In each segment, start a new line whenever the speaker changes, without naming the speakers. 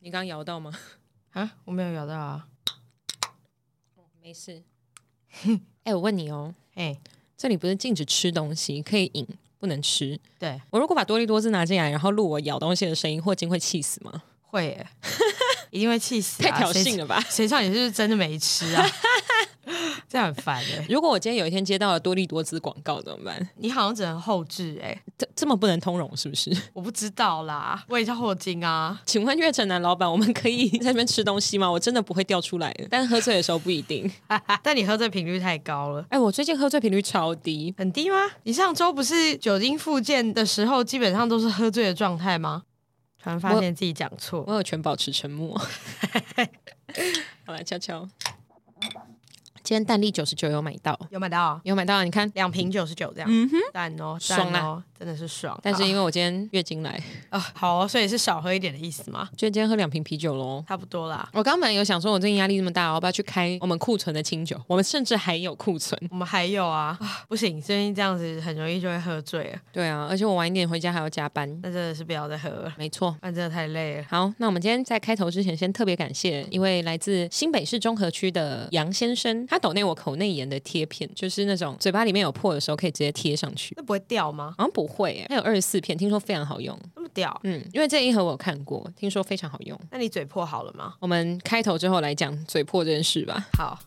你刚摇到吗？
啊，我没有咬到啊！
没事。 哎、我问你哦，
哎，
这里不是禁止吃东西，可以饮，不能吃。
对，
我如果把多利多汁拿进来，然后录我咬东西的声音，霍金会气死吗？
会耶，一定会气死、啊！
太挑衅
谁
了吧！
谁叫你是不是真的没吃啊？ 这样很烦哎、
如果我今天有一天接到了多利多汁广告怎么办？
你好像只能后置哎、
这这么不能通融是不是？
我不知道啦，我也叫霍金啊。
请问月城南老板，我们可以在那边吃东西吗？我真的不会掉出来的，但喝醉的时候不一 定。
但你喝醉频率太高了。
哎、我最近喝醉频率超低，
很低吗？你上周不是酒精复健的时候，基本上都是喝醉的状态吗？突然发
我
现自己讲错，
我有权保持沉默。 好了，悄悄，今天蛋力九十九有买到，
有买到啊
有买到，你看。
两瓶九十九这样，
嗯哼，
赞哦，
爽啊
赞哦，真的是爽。
但是因
为
为我今天月经来，
啊，好哦，所以是少喝一点的意思吗？
就今天喝两瓶啤酒喽。
差不多啦。
我刚本来有想说，我最近压力这么大，我要不要去开我们库存的清酒？我们甚至还有库存。
我们还有啊， 啊不行，最近这样子很容易就会喝醉了，
对啊，而且我晚一点回家还要加班。
那真的是不要再喝了，
没错。
那真的太累了。
好，那我们今天在开头之前，先特别感谢一位来自新北市中和区的杨先生，他抖内我口内炎的贴片，就是那种嘴巴里面有破的时候可以直接贴上去，
那不会掉吗？
好像不会诶、它有二十四片，听说非常好用。
那么掉？
嗯，因为这一盒我有看过，听说非常好用。
那你嘴破好了吗？
我们开头之后来讲嘴破这件事吧。
好，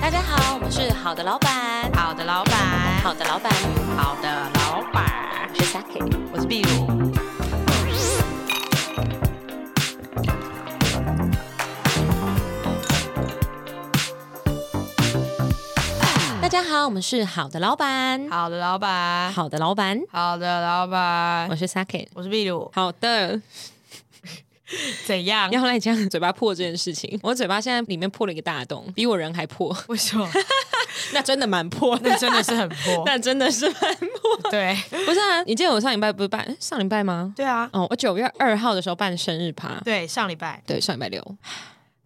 大家好，我们是好的老板，
好的，老板，
好的老板，
好的，老板，
我是 Saki。
我是壁炉。
大家好，我们是好的老板，
好的，老板，
好啊的老板，
好的，老板
我，是 Saki。
我是壁炉。
好的，
怎样？
要来讲嘴巴破这件事情。我嘴巴现在里面破了一个大洞，比我人还破，
为什么？
那真的蛮破 的，
那真的是很 破。
那真的是蛮破。
对，
不是啊，你记得我上礼拜不是办诶上礼拜吗？
对啊，
哦，我九月二号的时候办生日趴，
对，上礼拜
对，上礼拜六，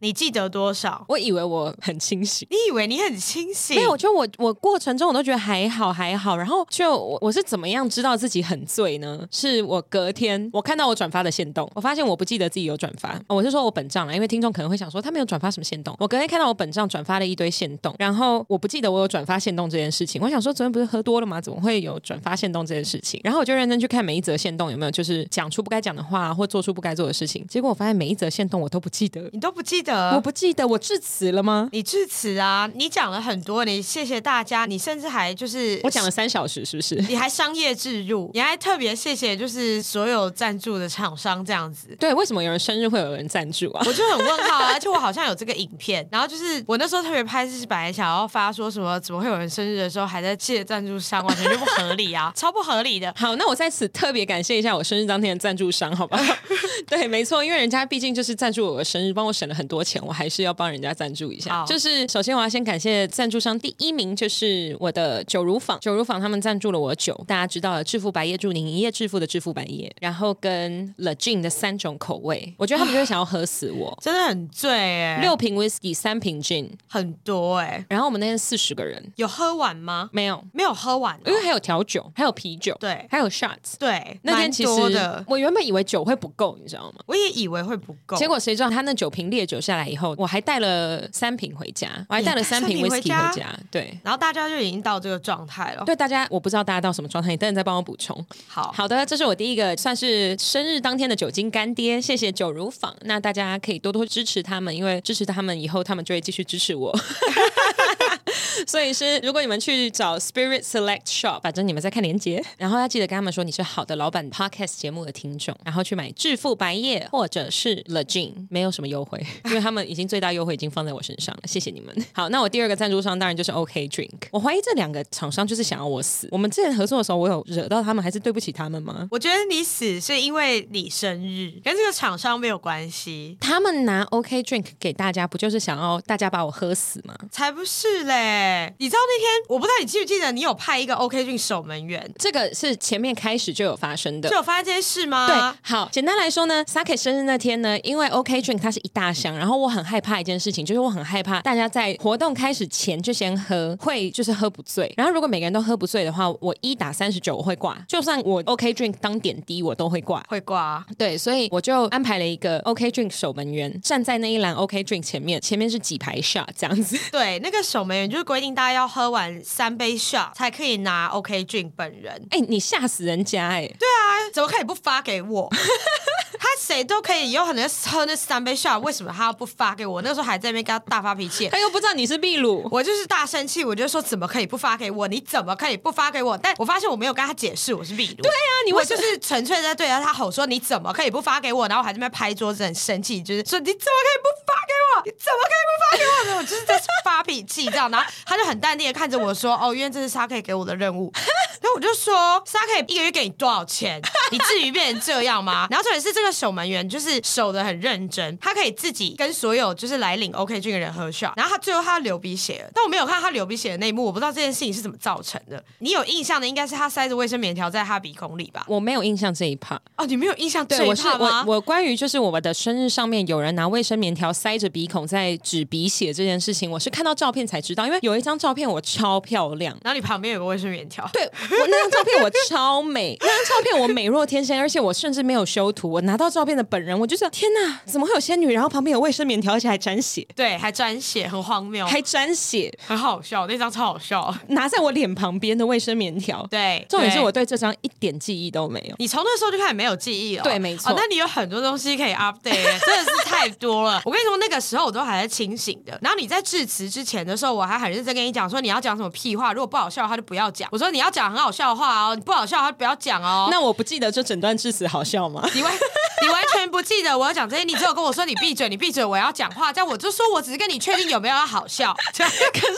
你记得多少？
我以为我很清醒。
你以为你很清醒？
没有，我觉得我我过程中我都觉得还好还好，然后就我我是怎么样知道自己很醉呢？是我隔天我看到我转发的限动，我发现我不记得自己有转发，哦我是说我本账了，因为听众可能会想说他没有转发什么限动，我隔天看到我本账转发了一堆限动，然后我不记得我有转发限动这件事情，我想说昨天不是喝多了吗？怎么会有转发限动这件事情？然后我就认真去看每一则限动有没有就是讲出不该讲的话啊或做出不该做的事情，结果我发现每一则限动我都不记得，
你都不记
我
得。
不记得我致辞了吗？
你致辞啊，你讲了很多，你谢谢大家，你甚至还就是
我讲了三小时，是不是？
你还商业置入，你还特别谢谢就是所有赞助的厂商这样子。
对，为什么有人生日会有人赞助啊？
我就很问号啊， 而且我好像有这个影片，然后就是我那时候特别拍，是本来想要发说什么，怎么会有人生日的时候还在借赞助商，完全就不合 理啊，超不合理的。
好，那我在此特别感谢一下我生日当天的赞助商，好不好？ 对，没错，因为人家毕竟就是赞助我的生日，帮我省了很多钱，我还是要帮人家赞助一下。
好。
就是首先我要先感谢赞助商，第一名就是我的九如坊，九如坊他们赞助了我酒，大家知道了，致富白夜祝您一夜致富的致富白夜，然后跟 l e g i n 的三种口味，我觉得他们就会想要喝死我
真的很醉哎、
六瓶 whisky，三瓶 gin，
很多哎、
然后我们那天四十个人，
有喝完吗？
没有，
没有喝完哦、
因为还有调酒，还有啤酒，
对
还有 shots，
对
那天其实
蛮多的，
我原本以为酒会不够，你知道吗？
我也以为会不够，
结果谁知道他那九瓶烈酒下来以后，我还带了三瓶回家，我还带了三瓶 whisky
你带三瓶
回
回家
家。对
然后大家就已经到这个状态了。
对，大家我不知道大家到什么状态，你等等再帮我补充。
好，
好的，这是我第一个算是生日当天的酒精干爹，谢谢酒如坊。那大家可以多多支持他们，因为支持他们以后，他们就会继续支持我。所以是如果你们去找 Spirit Select Shop，反正你们再看链接，然后要记得跟他们说你是好的老板 Podcast 节目的听众，然后去买《致富白夜》或者是 l e g i n 没有什么优 惠，因为他们已经最大优惠已经放在我身上了，谢谢你们。 好，那我第二个赞助商当然就是 OK Drink，我怀疑这两个厂商就是想要我死。我们之前合作的时候，我有惹到他们，还是对不起他们吗？
我觉得你死是因为你生日，跟这个厂商没有关系，
他们拿 OK Drink 给大家，不就是想要大家把我喝死吗？
才不是嘞！你知道那天我不知道你记不记得，你有派一个 OK 俊守门员，
这个是前面开始就有发生的
就。有发现这件事吗？
对，好，简单来说呢，Sake 生日那天呢，因为 OK Drink 它是一大箱，然后我很害怕一件事情，就是我很害怕大家在活动开始前就先喝，会就是喝不醉。然后如果每个人都喝不醉的话，我一打三十九我会挂，就算我 OK Drink 当点滴我都会挂。
会挂。
对，所以我就安排了一个 OK Drink 守门员站在那一栏 OK Drink 前面，前面是几排 shot 这样子。
对，那个守门员就是规定大家要喝完三杯 shot 才可以拿 OK 俊本人。
哎、你吓死人家哎、
对啊，怎么可以不发给我？他谁都可以有可能喝那三杯 shot，为什么他要不发给我？那时候还在那边跟他大发脾气。
他又不知道你是秘鲁。
我就是大生气，我就说怎么可以不发给我？你怎么可以不发给我？但我发现我没有跟他解释我是秘鲁。对啊，
你为
我
什
就
么
是纯粹在对着他吼说你怎么可以不发给我？然后我还在那边拍桌子很生气，就是说你怎么可以不发给我？你怎么可以不发给我？我就是在发脾气这样，然后他就很淡定的看着我说哦，因为这是沙 K 给我的任务。然后我就说沙 K 一个月给你多少钱？你至于变成这样吗？然后重点是这个守门员就是守的很认真，他可以自己跟所有就是来领 OK 这的人喝 shot，然后他最后他流鼻血了，但我没有看他流鼻血的那一幕，我不知道这件事情是怎么造成的。你有印象的应该是他塞着卫生棉条在他鼻孔里吧？
我没有印象这一趴，
哦，你没有印象这
对，我
一
是
趴
我
吗？
我关于就是我们的生日上面有人拿卫生棉条塞着鼻孔在止鼻血这件事情，我是看到照片才知道，因为有一张照片我超漂亮。
然后你旁边有个卫生棉条，
对 我那张照片我超美，那张照片我美若天仙，而且我甚至没有修图。我拿到照片的本人，我就觉得天哪，怎么会有仙女？然后旁边有卫生棉条，而且还沾血，
对，还沾血，很荒谬，
还沾血，
很好笑，那张超好笑。
拿在我脸旁边的卫生棉条。，
对，
重点是
对
我对这张一点记忆都没有。
你从那时候就开始没有记忆了，
对没错
哦那你有很多东西可以 update，耶 真的是太多了。 我跟你说，那个时候我都还在清醒的。然后你在致辞之前的时候，我还很认真跟你讲说，你要讲什么屁话，如果不好笑的话就不要讲。我说你要讲很好笑的话哦，你不好笑的话就不要讲 哦。
那我不记得这整段致辞好笑吗？
你完你完全不记得我要讲这些，你只有跟我说你闭嘴，你闭嘴，我要讲话。这样我就说我只是跟你确定有没有要好 笑。这样
可是，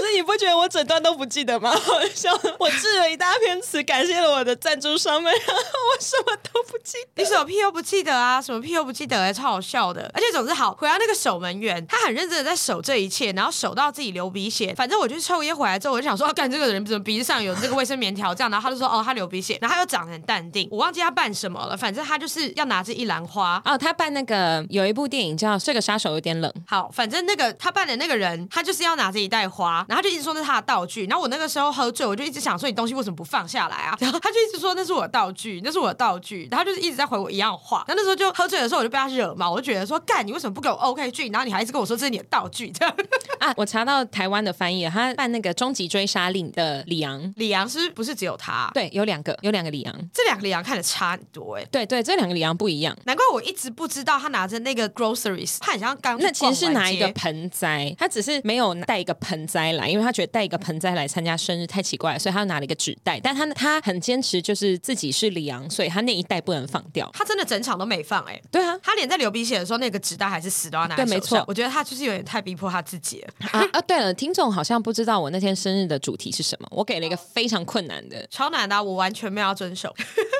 可是你不觉得我整段都不记得吗？ 好笑，我制了一大篇词，感谢了我的赞助商们，然后我什么都不记得。
你什么屁都不记得啊，什么屁都不记得、欸，超好笑的。而且总之好，回到那个守门员，他很认真的在守这一切，然后守到自己流鼻血。反正我就抽烟回来之后，我就想说，哦、干这个人怎么鼻子上有这个卫生棉条这样？然后他就说，哦，他流鼻血，然后他又长得很淡定。我忘记他办什么了，反正他就是要拿着一篮花。
哦，他办那个有一部电影叫《这个杀手有点冷》，
好，反正那个他扮的那个人，他就是要拿着一袋花，然后他就一直说那是他的道具。然后我那个时候喝醉，我就一直想说你东西为什么不放下来啊？然 后他就一直说那是我的道具，那是我的道具。然后他就是一直在回我一样的话。然后那时候就喝醉的时候，我就被他惹毛，我就觉得说干你为什么不给我 OK 剧？然后你还一直跟我说这是你的道具，这样
啊，我查到台湾的翻译，他办那个《终极追杀令》的李昂，
李阳是不是不是只有他？
对，有两个，有两个李昂，
这两个李阳看的差很多哎、欸
对对，这两个李昂不一样。
难怪我一直不知道他拿着那个 groceries，他很像刚
那其实是拿
哪
一个盆栽，他只是没有带一个盆栽来，因为他觉得带一个盆栽来参加生日太奇怪了，所以他拿了一个纸袋。但他他很坚持，就是自己是李昂，所以他那一袋不能放掉。
他真的整场都没放哎、欸
对啊，
他连在流鼻血的时候，那个纸袋还是死都要拿在
对
手上。
没错
我觉得他就是有点太逼迫他自己了。
啊啊！对了，听众好像不知道我那天生日的主题是什么，我给了一个非常困难的。
超难的啊、我完全没有要 遵守。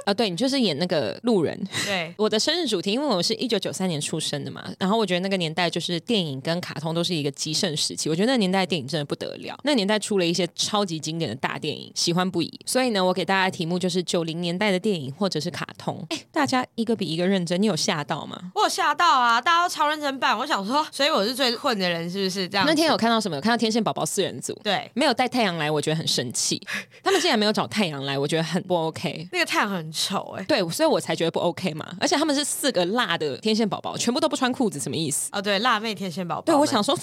啊，对你就是演那个路人。
对，
我的生日主题，因为我是一九九三年出生的嘛，然后我觉得那个年代就是电影跟卡通都是一个极盛时期。我觉得那个年代的电影真的不得了，那个年代出了一些超级经典的大电影，喜欢不已。所以呢，我给大家的题目就是九零年代的电影或者是卡通。哎，大家一个比一个认真，你有吓到吗？
我有吓到啊！大家都超认真办，我想说， 所以我是最混的人，是不是这样？
那天有看到什么？有看到天线宝宝四人组，
对。
没有带太阳来，我觉得很生 气。他们竟然没有找太阳来，我觉得很不 OK。
那个太阳很丑哎、
对，所以我才觉得不 OK 嘛。而且他们是四个辣的天线宝宝，全部都不穿裤子，什么意思？
哦，对，辣妹天线宝宝们，
对，我想 说，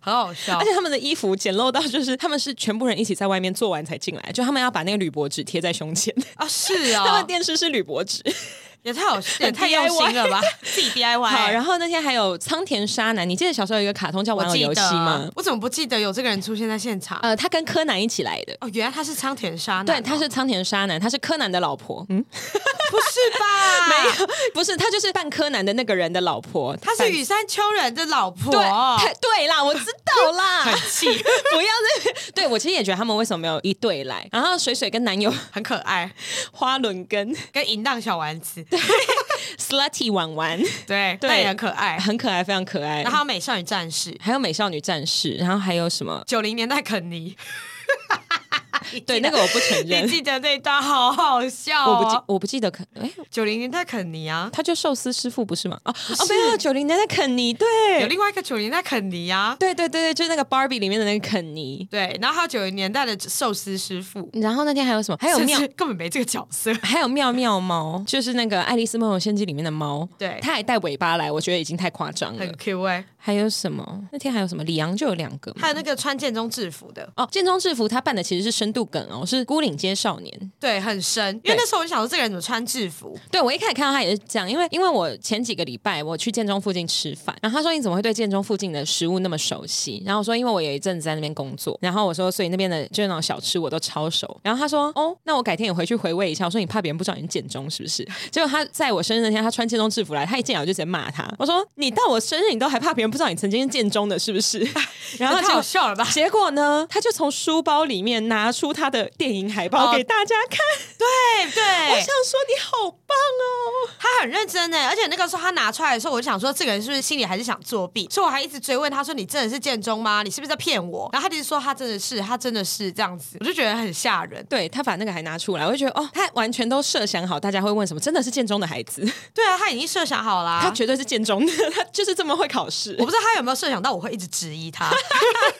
很好笑
而。且他们的衣服简陋到就是他们是全部人一起在外面 做完才进来，就他们要把那个铝箔纸贴在胸前。
啊，是
他
啊、
们电视是铝箔纸，
也太好， 也太
DIY
用心了吧， 自己 DIY。
好，然后那天还有苍田沙男，你记得小时候有一个卡通叫《
我
玩偶
记
游戏》
得
吗？
我怎么不记得有这个人出现在现场？
呃，他跟柯南一起来的。
哦，原来他是苍田沙男哦，
对，他是苍田沙男，他是柯南的老婆。嗯，
不哦是吧？
没有， 不是，他就是扮柯南的那个人的老婆。
他是
扮
羽山丘人的老婆。
对，他 对啦，我知道 啦，
很气，
不要再对我其实也觉得他们为什么没有一对来？然后水水跟男友
很可爱，
花轮跟
跟淫荡小丸子，
slutty 玩玩
对
对
但也很可爱。
很可爱，非常可爱。
然后还有美少女战士，
还有美少女战士，然后还有什么？
九零年代肯尼，
对，那个我不承
你
认，
记得那段好好笑
我不记
哦。
我不记得肯哎，
九零年代肯尼啊，
他就寿司师傅不是吗？哦哦，没有，九零年代肯尼，对，
有另外一个九零年代肯尼啊，
对对对对，就是那个 Barbie 里面的那个肯尼。
对，然后还有九零年代的寿司师傅，
然后那天还有什么？还
还
有哎妙，
根本没这个角色。
还有妙妙猫，就是那个《爱丽丝梦游仙境》里面的猫。
对
它还带尾巴来，我觉得已经太夸张了
很。Q 哎、
还有什么？那天还有什么？李阳就有两个嘛。
还有那个穿建中制服的，
哦，建中制服他办的其实是深度梗哦，是孤岭街少年。
对，很深。因为
对
那时候我就想说，这个人怎么穿制服？
对我一开始看到他也是这样，因为因为我前几个礼拜我去建中附近吃饭，然后他说你怎么会对建中附近的食物那么熟悉？然后我说因为我有一阵子在那边工作，然后我说所以那边的就是那种小吃我都超熟。然后他说哦，那我改天也回去回味一下。我说你怕别人不知道你是建中是不 是？结果他在我生日那天他穿建中制服来，他一进来我就直接骂他，我说你到我生日你都还怕别人不知道你曾经是建中的是不是？ 然后
也
结
太好
果
笑了吧？
结果呢，他就从书包里面拿出他的电影海报
哦哎
给大家看。
对
我
对
想，说你好棒哦！
他很认真哎、而且那个时候他拿出来的时候，我就想说，这个人是不是心里还是想作弊？所以我还一直追问他说：“你真的是建中吗？你是不是在骗我？”然后他就说：“他真的是，他真的是这样子。”我就觉得很吓人。
对他把那个还拿出来，我就觉得哦，他完全都设想好大家会问什么，真的是建中的孩子，
对啊，他已经设想好啦、
他绝对是建中的， 他就是这么会考试
我。不知道他有没有设想到我会一直质疑他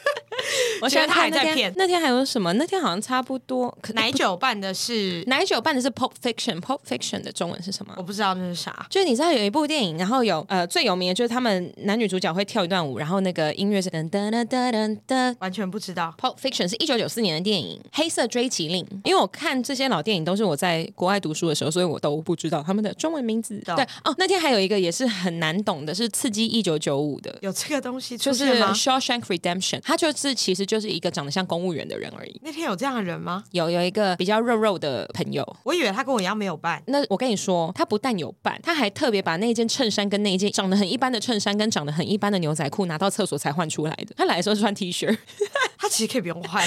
我
觉得他还
那
在
天
骗
那天还有什么？那天好像差不多，可
奶酒办的是
奶酒办的是 Pop Fiction，Pop Fiction 的中文是什么
我？不知道那是啥，
就是你知道有一部电影，然后有呃最有名的就是他们男女主角会跳一段舞，然后那个音乐是噔噔噔噔噔噔
完全不知道。
《Pulp Fiction》是一九九四年的电影，《黑色追击令》。因为我看这些老电影都是我在国外读书的时候，所以我都不知道他们的中文名字。
懂
对哦，那天还有一个也是很难懂的，是《刺激一九九五》的，
有这个东西出
就是
现吗？
《Shawshank Redemption》，他就是其实就是一个长得像公务员的人而已。
那天有这样的人吗？
有有一个比较肉肉的朋友，
我以为他跟我一样没有办。
那我跟你说，他不但有办，他还特别把那件衬衫跟那一件长得很一般的衬衫跟长得很一般的牛仔裤拿到厕所才换出来的。他来的时候是穿 T 恤，
他其实可以不用 换，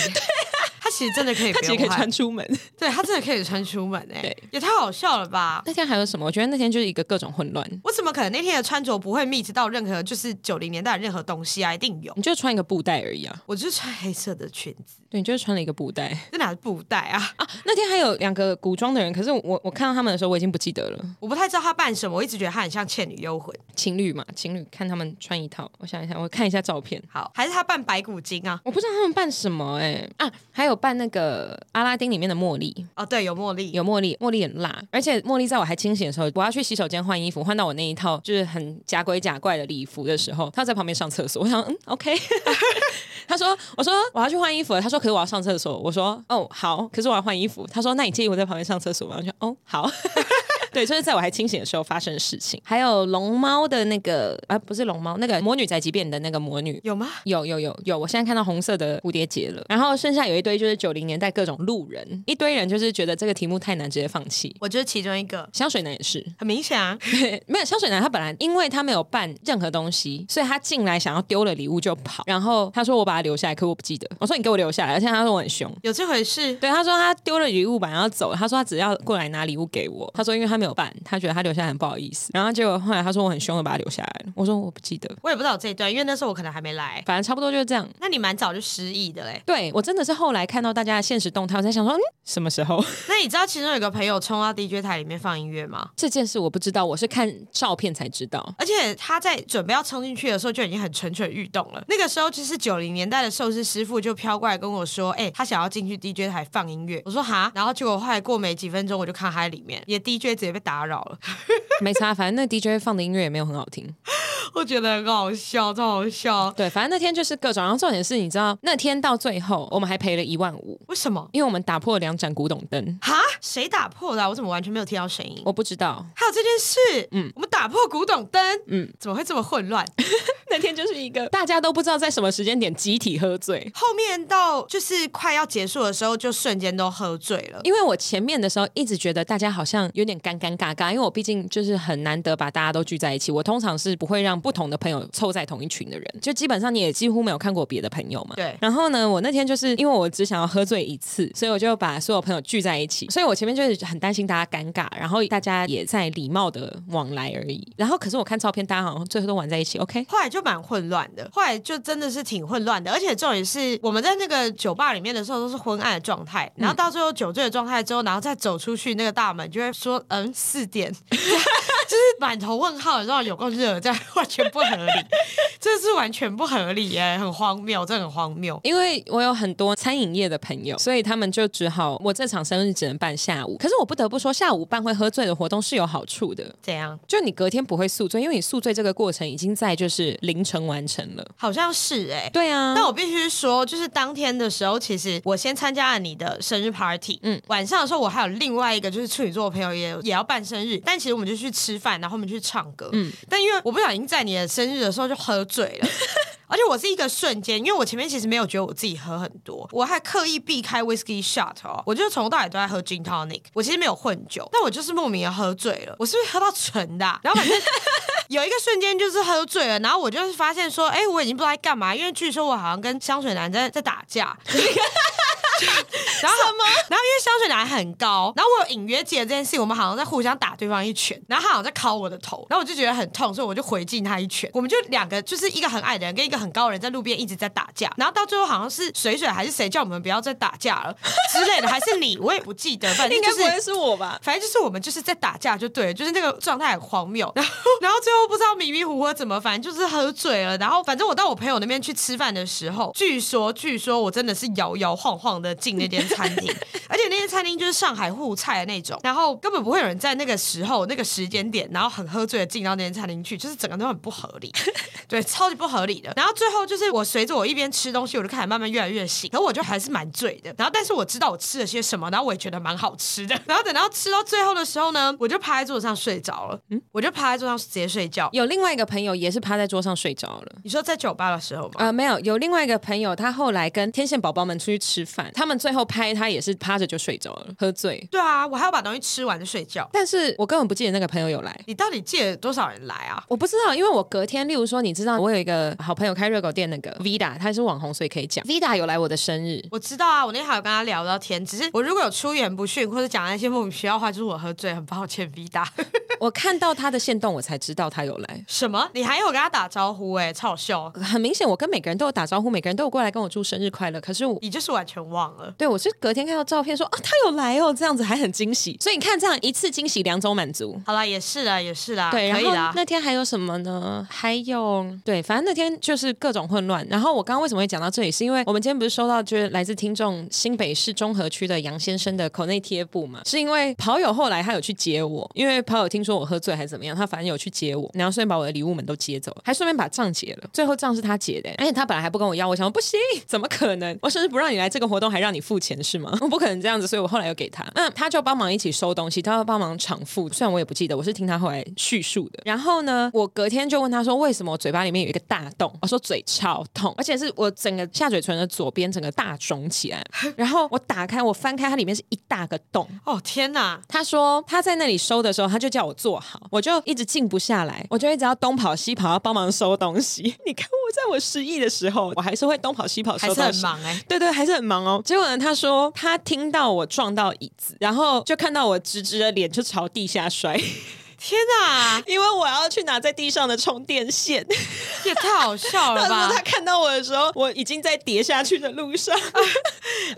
他其实真的可以
他
不
其实可
用
以穿
换，
出门。
对他真的可以穿出门哎、
对
也太好笑了吧！
那天还有什么？我觉得那天就是一个各种混乱。
我怎么可能那天的穿着不会 m i 到任何就是九零年代的任何东西啊？一定有
你，就穿一个布袋而已啊，
我就是穿黑色的裙子，
对，你就是穿了一个布袋
这哪是布袋啊？
啊。那天还有两个古装的人，可是我我看到他们的时候，我已经不记得了。
我不太知道他扮什么，我一直觉得他很像《倩女幽魂》。
情侣嘛，情侣看他们穿一套，我想一下，我看一下照片。
好，还是他扮白骨精啊？
我不知道他们扮什么哎、啊，还有扮那个阿拉丁里面的茉莉，
哦，对，有茉莉，
有茉莉，茉莉很辣，而且茉莉在我还清醒的时候，我要去洗手间换衣服，换到我那一套就是很假鬼假怪的礼服的时候，她在旁边上厕所，我想嗯，OK，她说，我说我要去换衣服了，她说可是我要上厕所，我说哦好，可是我要换衣服，她说那你介意我在旁边上厕所吗？我说哦 好。对，就是在我还清醒的时候发生的事情。还有龙猫的那个啊，不是龙猫，那个魔女宅急便的那个魔女，
有吗？
有有有有，我现在看到红色的蝴蝶结了，然后剩下有一堆就是九零年代各种路人，一堆人就是觉得这个题目太难，直接放弃。
我就是其中一个，
香水男也是，
很明显啊，
没有香水男，他本来因为他没有办任何东西，所以他进来想要丢了礼物就跑，然后他说我把它留下来，可我不记得，我说你给我留下来，而且他说我很凶，
有这回事。
对，他说他丢了礼物板要走，他说他只要过来拿礼物给我。他说因为他没有办，他觉得他留下来很不好意思。然后结果后来他说我很凶的把他留下来了。我说我不记得，
我也不知道有这一段，因为那时候我可能还没来。
反正差不多就是这样。
那你蛮早就失忆的嘞。
对我真的是后来看到大家的现实动态，我才想说，嗯，什么时候
那你知道其中有个朋友冲到 DJ 台里面放音乐吗？
这件事我不知道，我是看照片才知道。
而且他在准备要冲进去的时候就已经很蠢蠢欲动了。那个时候就是九零年代的寿司师傅就飘过来跟我说：“哎、他想要进去 DJ 台放音乐。”我说：“哈。”然后结果后来过没几分钟，我就看他在里面，也 DJ 直接被打扰了。
没差，反正那 DJ 放的音乐也没有很好听。
我觉得很好笑，超好笑。
对，反正那天就是各种。然后重点是，你知道那天到最后，我们还赔了一万五，
为什么？
因为我们打破了两盏古董灯。
哈？谁打破的啊、我怎么完全没有听到声音？
我不知道，
还有这件事，
嗯
嗯，我们打破古董灯，
嗯
嗯，怎么会这么混乱？
那天就是一个 大家都不知道在什么时间点集体喝醉。
后面到就是快要结束的时候，就瞬间都喝醉了。
因为我前面的时候一直觉得大家好像有点尴尴尬尬，因为我毕竟就是很难得把大家都聚在一起，我通常是不会让不同的朋友凑在同一群的人，就基本上你也几乎没有看过别的朋友嘛。
对
然后呢，我那天就是因为我只想要喝醉一次，所以我就把所有朋友聚在一起，所以我前面就是很担心大家尴尬，然后大家也在礼貌的往来而已。然后可是我看照片，大家好像最后都玩在一起，OK。
后来就蛮混乱的，后来就真的是挺混乱的，而且重点是我们在那个酒吧里面的时候都是昏暗的状态，然后到最后酒醉的状态之后，然后再走出去那个大门，就会说嗯四点， 就是满头问号，你知道有够热，这样完全不合理， 这是完全不合理耶，很荒谬，这很荒谬。
因为我有很多餐饮业的朋友，所以他们就只好我这场生日只能办下午。可是我不得不说，下午办会喝醉的活动是有好处的，
怎样？
就你隔天不会宿醉，因为你宿醉这个过程已经在就是凌晨完成了。
好像是哎、
对啊，
但我必须说，就是当天的时候，其实我先参加了你的生日 party，
嗯
嗯，晚上的时候我还有另外一个就是处女座的朋友也也要办生日，但其实我们就去吃饭，然后我们去唱歌，嗯，但因为我不小心在你的生日的时候就喝醉了。 而且我是一个瞬间，因为我前面其实没有觉得我自己喝很多，我还刻意避开 whiskey shot 哦，我就从头到尾都在喝 gin tonic，我其实没有混酒，但我就是莫名的喝醉了，我是不是喝到纯的啊、然后反正 有一个瞬间就是喝醉了，然后我就是发现说，哎、我已经不知道在干嘛，因为据说我好像跟香水男在在 打架。然后什么？然后因为香水男很高，然后我有隐约记得这件事，我们好像在互相打对方一拳，然后他好像在敲我的头，然后我就觉得很痛，所以我就回敬他一拳。我们就两个就是一个很矮的人跟一个很高的人在路边一直在打架，然后到最后好像是水水还是谁叫我们不要再打架了之类的，还是你我也不记得，反正
应该
就是
不会是我吧？
反正就是我们就是在打架就对了，就是那个状态很荒谬。 然后，然后最后不知道迷迷糊糊怎么，反正就是喝醉了。然后，反正我到我朋友那边去吃饭的时候，据说据说我真的是摇摇晃晃的进那间餐厅，而且那间餐厅就是上海沪菜的那种，然后根本不会有人在那个时候那个时间点，然后很喝醉的进到那间餐厅去，就是整个都很不合理。对，超级不合理的。然后最后就是我随着我一边吃东西，我就开始慢慢越来越醒，然后我就还是蛮醉的。然后但是我知道我吃了些什么，然后我也觉得蛮好吃的。 然后等到吃到最后的时候呢，我就趴在桌子上睡着了。嗯，我就趴在桌上直接睡觉。
有另外一个朋友也是趴在桌上睡着了。
你说在酒吧的时候吗？
呃，没有，有另外一个朋友，他后来跟天线宝宝们出去吃饭，他们最后拍他也是趴着就睡着了，喝醉。
对啊，我还要把东西吃完就睡觉。
但是我根本不记得那个朋友有来，
你到底借了多少人来啊？
我不知道，因为我隔天，例如说，你知道我有一个好朋友开热狗店，那个 Vida，他是网红，所以可以讲。Vida 有来我的生日，
我知道啊，我那天还有跟他聊到天，只是我如果有出言不逊或者讲那些莫名其妙的话，就是我喝醉，很抱歉，V 大。
我看到他的线动，我才知道他有来。
什么？你还有跟他打招呼、欸？哎，超好笑！
很明显，我跟每个人都有打招呼，每个人都有过来跟我祝生日快乐。可是我。
你就是完全忘了。
对，我是隔天看到照片说啊，他有来哦，这样子还很惊喜。所以你看，这样一次惊喜，两种满足。
好啦，也是啦，也是啦，
对，
可
然
以
后
啦。
那天还有什么呢？还有对，反正那天就是各种混乱。然后我刚刚为什么会讲到这里，是因为我们今天不是收到就是来自听众新北市中和区的杨先生的口内贴布嘛？是因为跑友后来他有去接我，因为跑友听说我喝醉还是怎么样，他反正有去接我，然后顺便把我的礼物们都接走了，还顺便把账结了。最后账是他结的、而且他本来还不跟我要，我想说不行，怎么可能？我甚至不让你来这个活动，还让你付钱是吗？我不可能这样子，所以我后来又给他，那他就帮忙一起收东西，他要帮忙偿付。虽然我也不记得，我是听他后来叙述的。然后呢，我隔天就问他说，为什么我嘴巴里面有一个大洞？我说嘴超痛，而且是我整个下嘴唇的左边整个大肿起来。然后我打开，我翻开，它里面是一大个洞。
哦天哪，
他说他在那里收的时候，他就叫我坐好，我就一直静不下来，我就一直要东跑西跑，要帮忙收东西。 你看我在我失忆的时候，我还是会东跑西跑收
还
东西，
是很忙哎、
对对，还是很忙哦。结果呢，他说他听到我撞到椅子，然后就看到我直直的脸就朝地下摔，
天哪，
因为我要去拿在地上的充电线。
也太好笑
他
了吧
说他！看到我的时候，我已经在跌下去的路 上，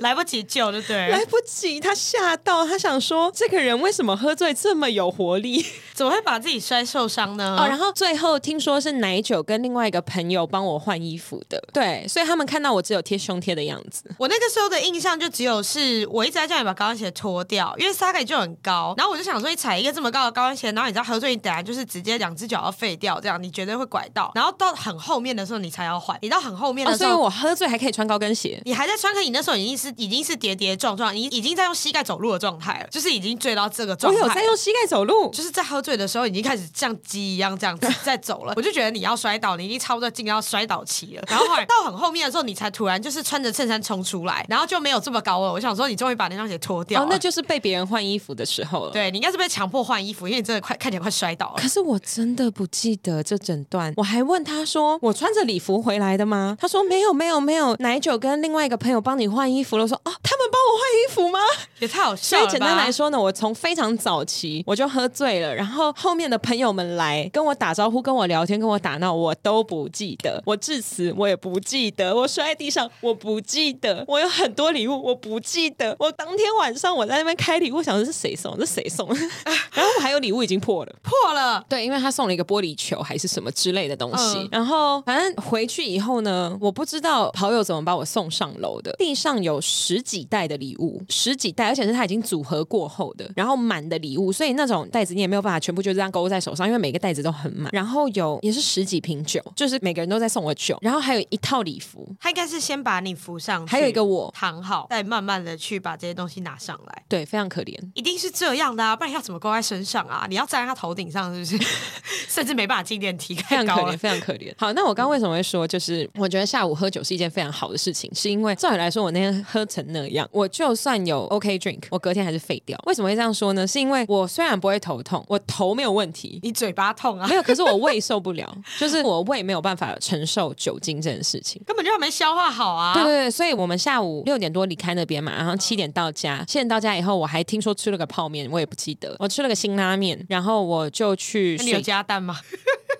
来不及救，对不对？
来不及，他吓到，他想说这个人为什么喝醉这么有活力？
怎么会把自己摔受伤呢？
哦，然后最后听说是奶酒跟另外一个朋友帮我换衣服的，对，所以他们看到我只有贴胸贴的样子。
我那个时候的印象就只有是我一直在叫你把高跟鞋脱掉，因为 Saga 就很高，然后我就想说你踩一个这么高的高跟鞋，然后你知道喝醉，你等下就是直接两只脚要废掉，这样你绝对会拐到。然后到很后面的时候你才要换，你到很后面
哦，
的时
所以
候。
我喝醉还可以穿高跟鞋。
你还在穿，可你那时候已经是已经是跌跌撞撞，你已经在用膝盖走路的状态了，就是已经醉到这个
我
状态。
有在用膝盖走路，
就是在喝醉的时候已经开始像鸡一样这样子在走了， 我就觉得你要摔倒，你已经差不多进到摔倒期了。然后后来到很后面的时候，你才突然就是穿着衬衫冲出来，然后就没有这么高了。我想说，你终于把那双鞋脱掉
哦
了，，
那就是被别人换衣服的时候了。。
对你应该是被强迫换衣服，因为你真的快看起来快摔倒了
可。是我真的不记得这整段，我还问他说：“我穿着礼服回来的吗？”他说：“没有，没有，没有。”奶酒跟另外一个朋友帮你换衣服了。我说：“哦，他们帮我换衣服吗？”
也太好
所
笑了
以
吧
简单来，说呢，我从非常早期我就喝醉了，然后后面的朋友们来跟我打招呼、跟我聊天、跟我打闹，我都不记得。我至此我也不记得，我摔在地上我不记得，我有很多礼物我不记得，我当天晚上我在那边开礼物，想的是谁送，这谁送， 然后我还有礼物已经破了。
破了。
对，因为他送了一个玻璃球还是什么之类的东西。
嗯
然后反正回去以后呢，我不知道跑友怎么把我送上楼的。地上有十几袋的礼物，十几袋，而且是他已经组合过后的，然后满的礼物，所以那种袋子你也没有办法全部就这样勾在手上，因为每个袋子都很满。然后有也是十几瓶酒，就是每个人都在送我酒，然后还有一套礼服，
他应该是先把你扶上去，
还有一个我。
躺好，再慢慢的去把这些东西拿上来，
对，非常可怜。
一定是这样的啊，不然要怎么勾在身上啊？你要站在他头顶上，是不是？ 甚至没办法进电梯，
非
太
常可
高了
怜，。非常可怜。好，那我刚刚为什么会说，就是我觉得下午喝酒是一件非常好的事情，是因为照理来说，我那天喝成那样，我就算有 OK drink，我隔天还是废掉。为什么会这样说呢？是因为我虽然不会头痛，我头没有问题。
你嘴巴痛啊
没？有，可是我胃受不了，就是我胃没有办法承受酒精这件事情。
根本就还没消化好啊！
对对对，所以我们下午六点多离开那边嘛，然后七点到家。七点到家以后，我还听说吃了个泡面，我也不记得，我吃了个辛拉面，然后我就去
那你有
睡
加蛋吗？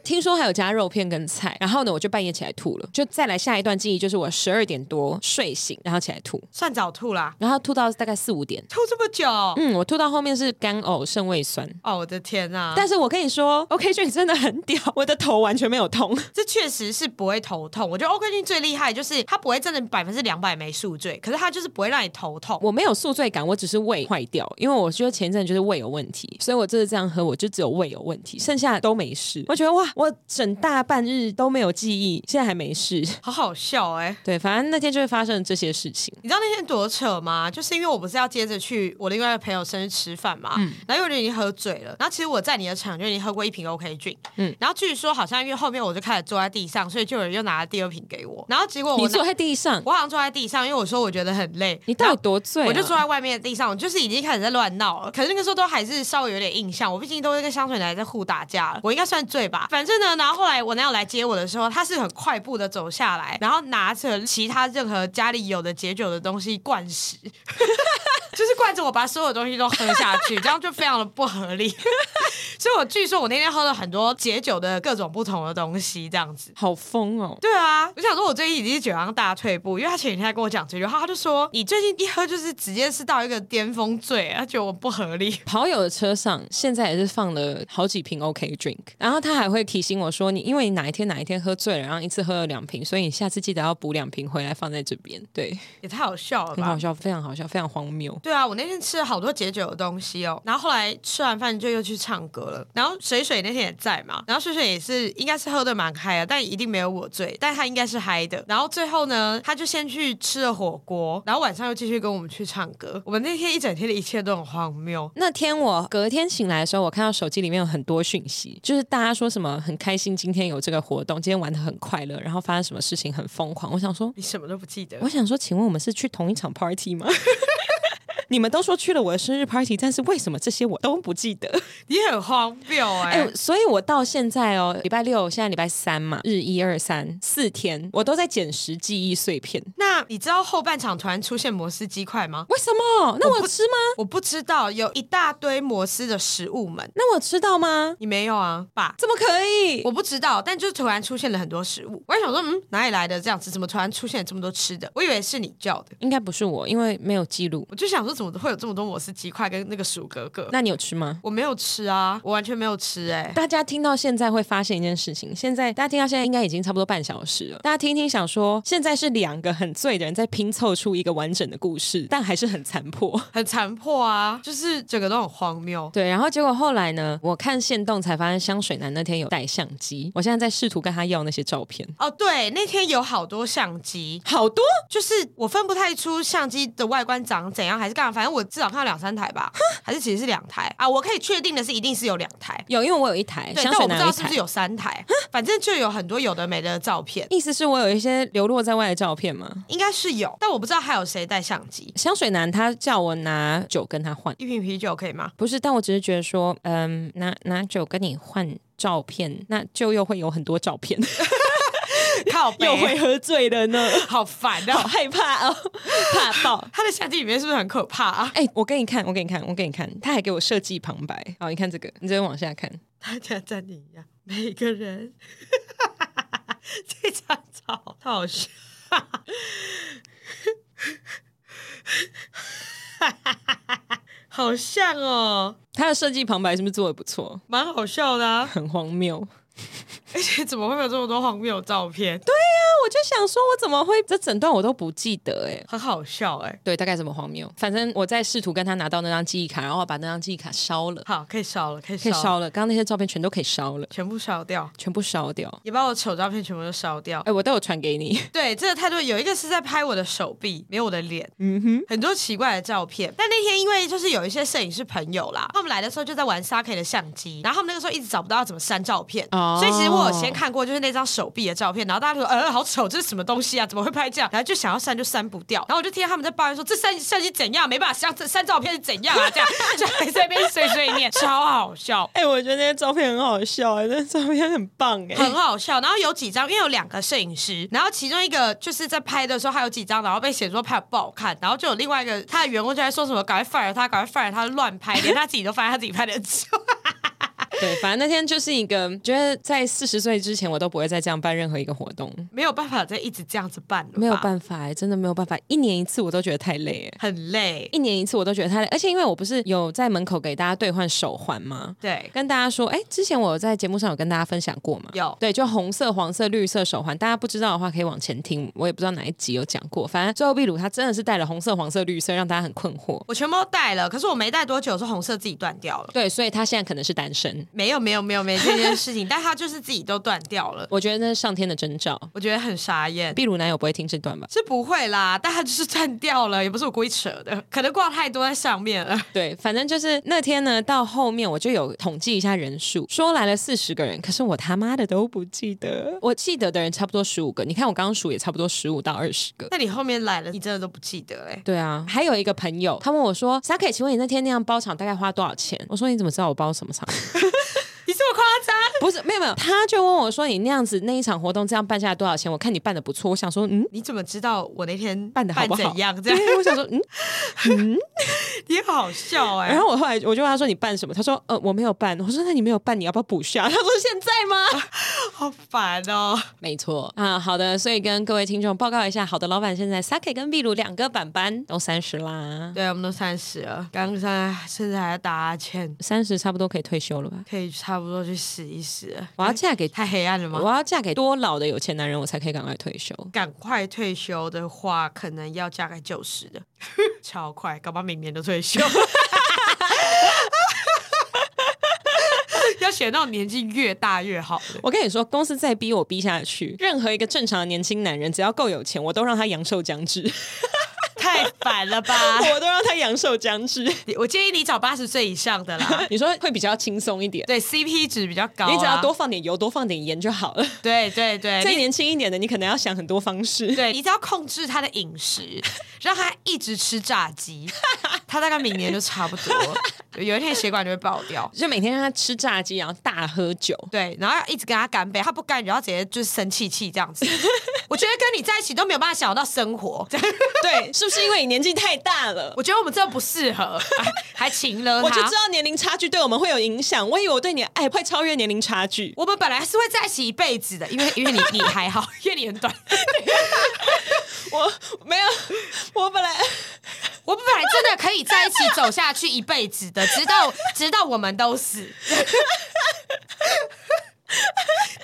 听说还有加肉片跟菜，然后呢，我就半夜起来吐了。就再来下一段记忆，就是我十二点多睡醒，然后起来吐，
算早吐啦，
然后吐到大概四五点。
吐这么久，
嗯，我吐到后面是干呕、肾胃酸。
哦，我的天啊！但
但是我跟你说，OK 俊真的很屌，我的头完全没有痛。
这确实是不会头痛。我觉得 OK 君最厉害就是他不会真的百分之两百没宿醉，可是他就是不会让你头痛。
我没有宿醉感，我只是胃坏掉，因为我觉得前一阵就是胃有问题，所以我这次这样喝，我就只有胃有问题，剩下都没事。我觉得哇，我整大半日都没有记忆，现在还没事。
好好笑哎、
对，反正那天就是发生了这些事情。
你知道那天多扯吗？就是因为我不是要接着去我另外一个朋友生日吃饭嘛，
嗯
然后因为我就已经喝醉了，然后其实我在你的场就已经喝过一瓶 OK 菌，嗯，然后据说好像因为后面我就开始坐在地上，所以就有人又拿了第二瓶给我，然后结果
你
哦我拿
坐在地上，
我好像坐在地上，因为我说我觉得很累，
你到底多醉、啊？
我就坐在外面的地上，我就是已经开始在乱闹了。可是那个时候都还是稍微有点印象，我毕竟都是跟香水男在互打架了，我应该算醉吧。反正呢，然后后来我男友来接我的时候，他是很快步的走下来，然后拿着其他任何家里有的解酒的东西灌食。 就是灌着我把所有东西都喝下去，这样就非常的不合理。 所以我据说我那天喝了很多解酒的各种不同的东西，这样子。
好疯哦！
对啊，我想说，我最近已经是酒量大退步，因为他前几天还跟我讲这句话，他就说你最近一喝就是直接是到一个巅峰醉，他觉得我不合理。
跑友的车上现在也是放了好几瓶 OK drink，然后他还会提醒我说你，因为你哪一天哪一天喝醉了，然后一次喝了两瓶，所以你下次记得要补两瓶回来放在这边。对，
也太好笑了
很好
吧！
笑，非常好笑，非常荒谬。
对啊，我那天吃了好多解酒的东西哦，然后后来吃完饭就又去唱歌了。然后水水那天也在嘛，然后水水也是应该是喝的蛮嗨的，但一定没有我醉，但他应该是嗨的。然后最后呢，他就先去吃了火锅，然后晚上又继续跟我们去唱歌。我们那天一整天的一切都很荒谬，
那天我隔天醒来的时候，我看到手机里面有很多讯息，就是大家说什么很开心，今天有这个活动，今天玩的很快乐，然后发生什么事情很疯狂。我想说，
你什么都不记得。
我想说，请问我们是去同一场 party 吗？ 你们都说去了我的生日 party，但是为什么这些我都不记得？
你很荒谬哎、
哎、所以我到现在哦，礼拜六，现在礼拜三嘛，日一二三四天，我都在捡拾记忆碎片。
那你知道后半场突然出现摩斯鸡块吗？
为什么？那我有吃吗？
我不知道，有一大堆摩斯的食物们，
那我吃到吗？
你没有啊，爸？
怎么可以？
我不知道，但就突然出现了很多食物，我还想说，嗯，哪里来的这样子？怎么突然出现了这么多吃的？我以为是你叫的，
应该不是我，因为没有记录。
我就想说，怎怎么会有这么多摩斯鸡块跟那个薯格格？
那你有吃吗？
我没有吃啊，我完全没有吃哎、
大家听到现在会发现一件事情，现在大家听到现在应该已经差不多半小时了。大家听一听，想说现在是两个很醉的人在拼凑出一个完整的故事，但还是很残破。
很残破啊，就是整个都很荒谬。
对，然后结果后来呢，我看线动才发现香水男那天有带相机，我现在在试图跟他要那些照片，
哦，对，那天有好多相机，
好多。
就是我分不太出相机的外观长怎样，还是干嘛，反正我至少看到两三台吧，还是其实是两台啊。我可以确定的是，一定是有两台，
有，因为我有一台
对，
香
但
水
我不知
男有一
道是不
台
是。有三台，反正就有很多有的没的照片，
意思是我有一些流落在外的照片吗？
应该是有，但我不知道还有谁带相机。
香水男他叫我拿酒跟他换，
一瓶啤酒可以吗？
不是，但我只是觉得说，嗯，拿拿酒跟你换照片，那就又会有很多照 片，
靠 背，
又会喝醉了呢，
好烦
好
啊！
害怕 哦，怕爆。
他的相机里面是不是很可怕啊？
哎、我给你看，我给你看，我给你看，他还给我设计旁白。好，你看这个，你这边往下看，
大家暂停一下，每个人， 这张照太好笑。 好像哦，
他的设计旁白是不是做的不错？
蛮好笑的、啊，
很荒谬。
而且怎么会有这么多荒谬照片？
我就想说，我怎么会这整段我都不记得、哎，
很好笑哎、
对，大概这么荒谬。反正我在试图跟他拿到那张记忆卡，然后把那张记忆卡烧了，
好，可以烧了，可以
可
烧
以
了，
烧了。刚刚那些照片全都可以烧了，
全部烧掉，
全部烧掉。
也把我丑照片全部都烧掉
哎、。我都有传给你。
对，真的太多。有一个是在拍我的手臂，没有我的脸，嗯哼，很多奇怪的照片。但那天因为就是有一些摄影师朋友啦，他们来的时候就在玩 Saki 的相机，然后他们那个时候一直找不到要怎么删照片，
哦
所以其实我有先看过就是那张手臂的照片，然后大家就说呃好丑，这是什么东西啊？怎么会拍这样？然后就想要删就删不掉，然后我就听到他们在抱怨说这删相机怎样，没办法删删照片是怎样啊？这样 就还在那边碎碎念，超好笑。
哎、我觉得那些照片很好笑、哎，那照片很棒、欸
很好笑。然后有几张，因为有两个摄影师，然后其中一个就是在拍的时候，还有几张，然后被写说拍得不好看，然后就有另外一个他的员工就在说什么赶快 fire 他，赶快 fire 他，乱拍，连他自己都发现他自己拍的丑。
对，反正那天就是一个，觉得在四十岁之前，我都不会再这样办任何一个活动，
没有办法再一直这样子办了，
没有，办法、哎，真的没有办法，一年一次我都觉得太累、哎，
很累。
一年一次我都觉得太累，而且因为我不是有在门口给大家兑换手环吗？
对，
跟大家说，哎、之前我有在节目上有跟大家分享过嘛？
有
对，就红色、黄色、绿色手环，大家不知道的话可以往前听，我也不知道哪一集有讲过。反正最后秘鲁他真的是带了红色、黄色、绿色，让大家很困惑。
我全部都戴了，可是我没戴多久，是红色自己断掉了。
对，所以他现在可能是单身，
没有没有没有没这件事 情，但他就是自己都断掉了，
我觉得那是上天的征兆。
我觉得很傻眼。
秘鲁男友不会听这段吧？
是不会啦，但他就是断掉了，也不是我故意扯的，可能挂太多在上面了。
对，反正就是那天呢，到后面我就有统计一下人数，说来了四十个人，可是我他妈的都不记得，我记得的人差不多十五个，你看我刚刚数也差不多十五到二十个。
那你后面来了，你真的都不记得哎、
对啊，还有一个朋友，他问我说 s a k 请问你那天那样包场大概花多少钱？”我说：“你怎么知道我包什么场？”
你这么夸张？
不是，没有没有，他就问我说：“你那样子那一场活动这样办下来多少钱？”我看你办的不错，我想说：“嗯，
你怎么知道我那天
办的好不好？”
怎样？这样
对，我想说：“嗯。”
也好笑哎、
然后我后来我就问他说：“你办什么？”他说：“呃，我没有办。”我说：“那你没有办，你要不要补下？”他说：“现在吗
好烦哦、？”
没错啊，好的，所以跟各位听众报告一下，好的老板现在 Saki 跟秘鲁两个板板都三十啦，
对，我们都三十了，刚刚甚至还要打哈欠，
三十差不多可以退休了吧？
可以差不多去死一死了。
我要嫁给
太黑暗了
我
吗？
要嫁给多老的有钱男人，我才可以赶快退休。
赶快退休的话，可能要嫁给九十 的，超快，搞不好明年就退休。 要选那种年纪越大越好的。
我跟你说，公司再逼我逼下去，任何一个正常的年轻男人，只要够有钱，我都让他阳寿将 至，
太烦了吧
我都让他阳寿将至。
你我建议你找八十岁以上的啦，
你说会比较轻松一点，
对 CP 值比较高啊、
你只要多放点油，多放点盐就好了。
对对对，
再
你
年轻一点的，哎你可能要想很多方式。
对你只要控制他的饮 食，让他一直吃炸 鸡，他大概明年就差不 多，有一天血管就会爆掉。
就每天让他吃炸鸡，然后大喝酒。
对，然后要一直跟他干杯，他不干你就要直接就是生气气这样 子。我觉得跟你在一起都没有办法想到生活，
对，是不是因为你年纪太大了？
我觉得我们真的不适 合，还还情了他。
我就知道年龄差距对我们会有影响。我以为我对你的爱会超越年龄差距，
我们本来是会在一起一辈子的，因为因为你你还好，因为你很短。
我没有，我本来
我本来真的可以以在一起走下去一辈子的，直 到直到我们都死。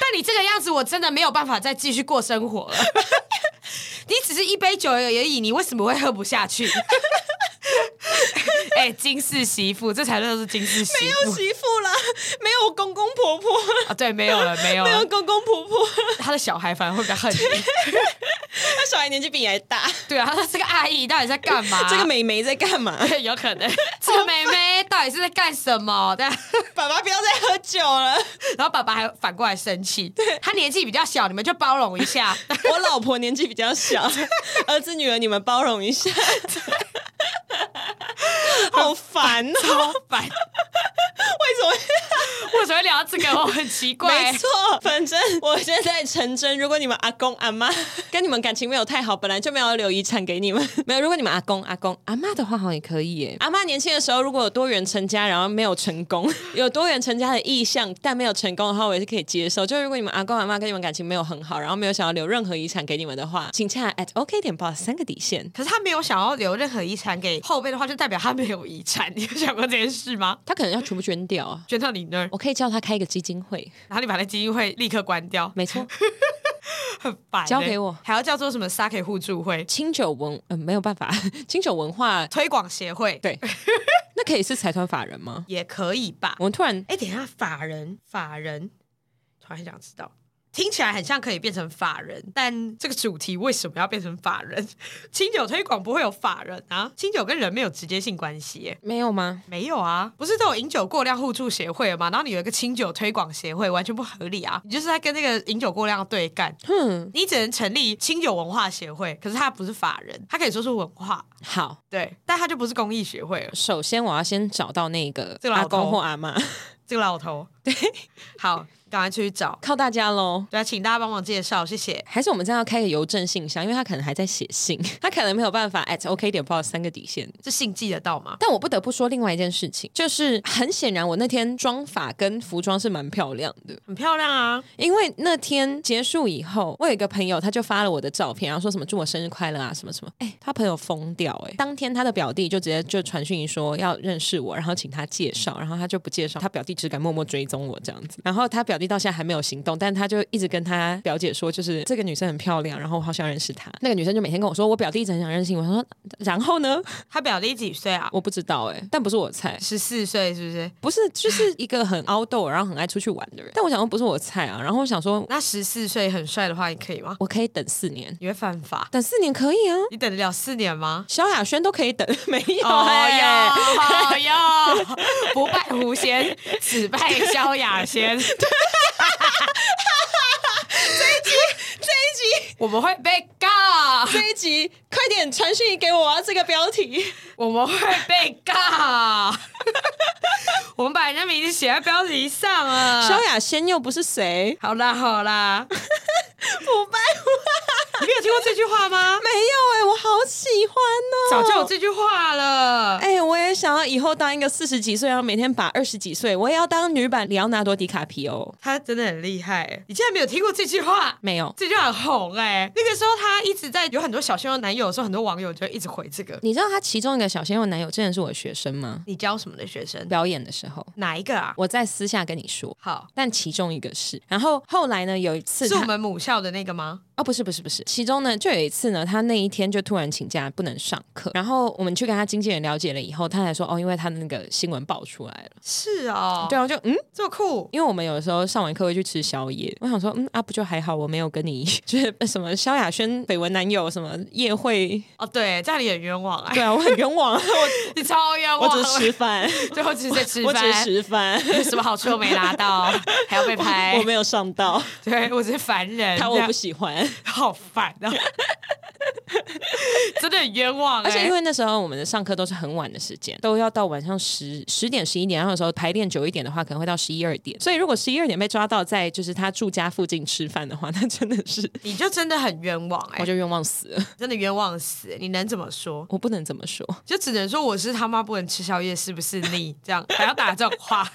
但你这个样子，我真的没有办法再继续过 生活了。你只是一杯酒而已，你为什么会喝不下去？ 哎、金氏媳妇，这才叫做金氏媳
没
妇
有媳妇啦，没有公公婆婆，
啊！对，没有了，没有
没有
了。
公公婆婆，
他的小孩反而会比 较恨你。
他小孩年纪比你还大。
对啊，他这个阿姨到底在干嘛？
这个美眉在干嘛？
有可能，这个妹妹到底是在干什么？对，
爸爸不要再喝酒了，
然后爸爸还反过来生气，他年纪比较小，你们就包容一下。
我老婆年纪比较小， 儿子女儿你们包容一 下。好烦哦！
超烦，
为什
为什么会聊到这个？我很奇
么？
怪欸
没。错，反正我现在成真。如果你们阿公阿 妈跟你们感情没有太好，本来就没有留遗产给你们。 没有，如果你们阿公阿公阿妈的话，好像也可以耶。阿妈年轻的时候，如果有多元成家，然后没有成功， 有多元成家的意向，但没有成功的话，我也是可以接受。就是如果你们阿公阿妈跟你们感情没有很好，然后没有想要留任何遗产给你们的话，请洽 at OK 点 boss 三个底线。
可是他没有想要留任何遗产给后辈的话，就代表他没有遗产。你有想过这件事吗？
他可能要全部捐掉啊。
捐到你那儿，
我可以叫他开一个基金会，
然后你把那基金会立刻关掉，
没 错，
很烦欸。
交给我
还要叫做什么 Sake 互助会、
清酒文，嗯、没有办法， 清酒文化，
推广协会，
对， 那可以是财团法人吗？
也可以吧？
我们突然
哎、等一下，法人，法人，突然很想知道，听起来很像可以变成法人，但这个主题为什么要变成法人？ 清酒推广不会有法人啊，清酒跟人没有直接性关系耶。
没有吗？
没有啊，不是都有饮酒过量互助协会了吗？然后你有一个清酒推广协会，完全不合理啊！你就是在跟那个饮酒过量对干，
哼，
你只能成立清酒文化协会，可是它不是法人，它可以说是文化，
好，
对，但它就不是公益协会了。
首先我要先找到那个
这个
阿
老头
公或阿妈，
这个老头， 对，好，赶快出去找。
靠大家喽。
对啊，请大家帮忙介绍，谢谢。
还是我们这样要开个邮政信箱，因为他可能还在写信，他可能没有办法 at OK 点 boss 三个底线。
这信寄得到吗？
但我不得不说另外一件事情，就是很显然我那天妆法跟服装是蛮漂亮的，
很漂亮啊！
因为那天结束以后，我有一个朋友，他就发了我的照片，然后说什么祝我生日快乐啊，什么什么。哎、他朋友疯掉哎、当天他的表弟就直接就传讯说要认识我，然后请他介绍，然后他就不介绍，他表弟只敢默默追踪我这样子。然后他表弟到现在还没有行动，但他就一直跟他表姐说，就是这个女生很漂亮，然后我好想认识她。那个女生就每天跟我说，我表弟一直很想认识你。我说，然后呢？
他表弟几岁啊？
我不知道哎、但不是我的菜，
十四岁是不是？
不是就是一个很 outdoor，然后很爱出去玩的人。但我想说不是我的菜啊，然后我想说
那十四岁很帅的话，你可以吗？
我可以等四年。
你会犯法？
等四年可以啊，
你等得了四年吗？
萧亚轩都可以等， 没有、
哦
哎
呀呀！ 不拜狐仙，只拜萧亚轩。这一集，这一集，我们会被告，
这一集快点传讯给我啊！这个标 题，
我们会被告。我们把人家名字写在标题上了。
萧亚轩又不是谁，
好啦好 啦，
不拜我，
你没有听过这句话吗？
没有哎、我好喜欢哦，
早就有这句话了。
哎、我也想要以后当一个四十几岁，然后每天把二十几岁，我也要当女版里奥纳多迪卡皮欧。
他真的很厉害，你竟然没有听过这句话？
没有，
这句话很红哎、那个时候他一直在有很多小鲜肉男友的时候，很多网友就一直回这个。
你知道他其中一个小鲜肉男友之前是我的学生吗？
你教什么的学生？
表演的时候，
哪一个啊？
我在私下跟你说，
好，
但其中一个是，然后后来呢，有一次
是
他
我们母校的那个吗？
哦，不是不是不是，其中呢，就有一次呢，他那一天就突然请假不能上课，然后我们去跟他经纪人了解了以后，他才说哦，因为他的那个新闻爆出来了，
是哦，
对，啊，我就嗯，
这么酷。
因为我们有的时候上完课会去吃宵夜，我想说嗯啊，不就还好，我没有跟你 就是什么萧亚轩绯闻男友什么夜会，
哦，对，这样你很冤枉啊，
对啊，我很冤 枉，
你超冤
我
枉，啊
我只是吃饭，
最后只是在吃
我只是
饭，
吃饭，哎
什么好处都没拿到，还要被拍。
我没有上 到，
对我只是凡人，
他
这
我
样
不喜欢。
好烦啊， 真的很冤枉、欸。
而且因为那时候我们的上课都是很晚的时间，都要到晚上十十点、十一点，然后有时候排练久一点的话，可能会到十一二点。所以如果十一二点被抓到在就是他住家附近吃饭的话，那真的是
你就真的很冤枉哎、
我就冤枉死了。
真的冤枉死！欸你能怎么说？
我不能这么说，
就只能说我是他妈不能吃宵夜，是不是你这样还要打这种话？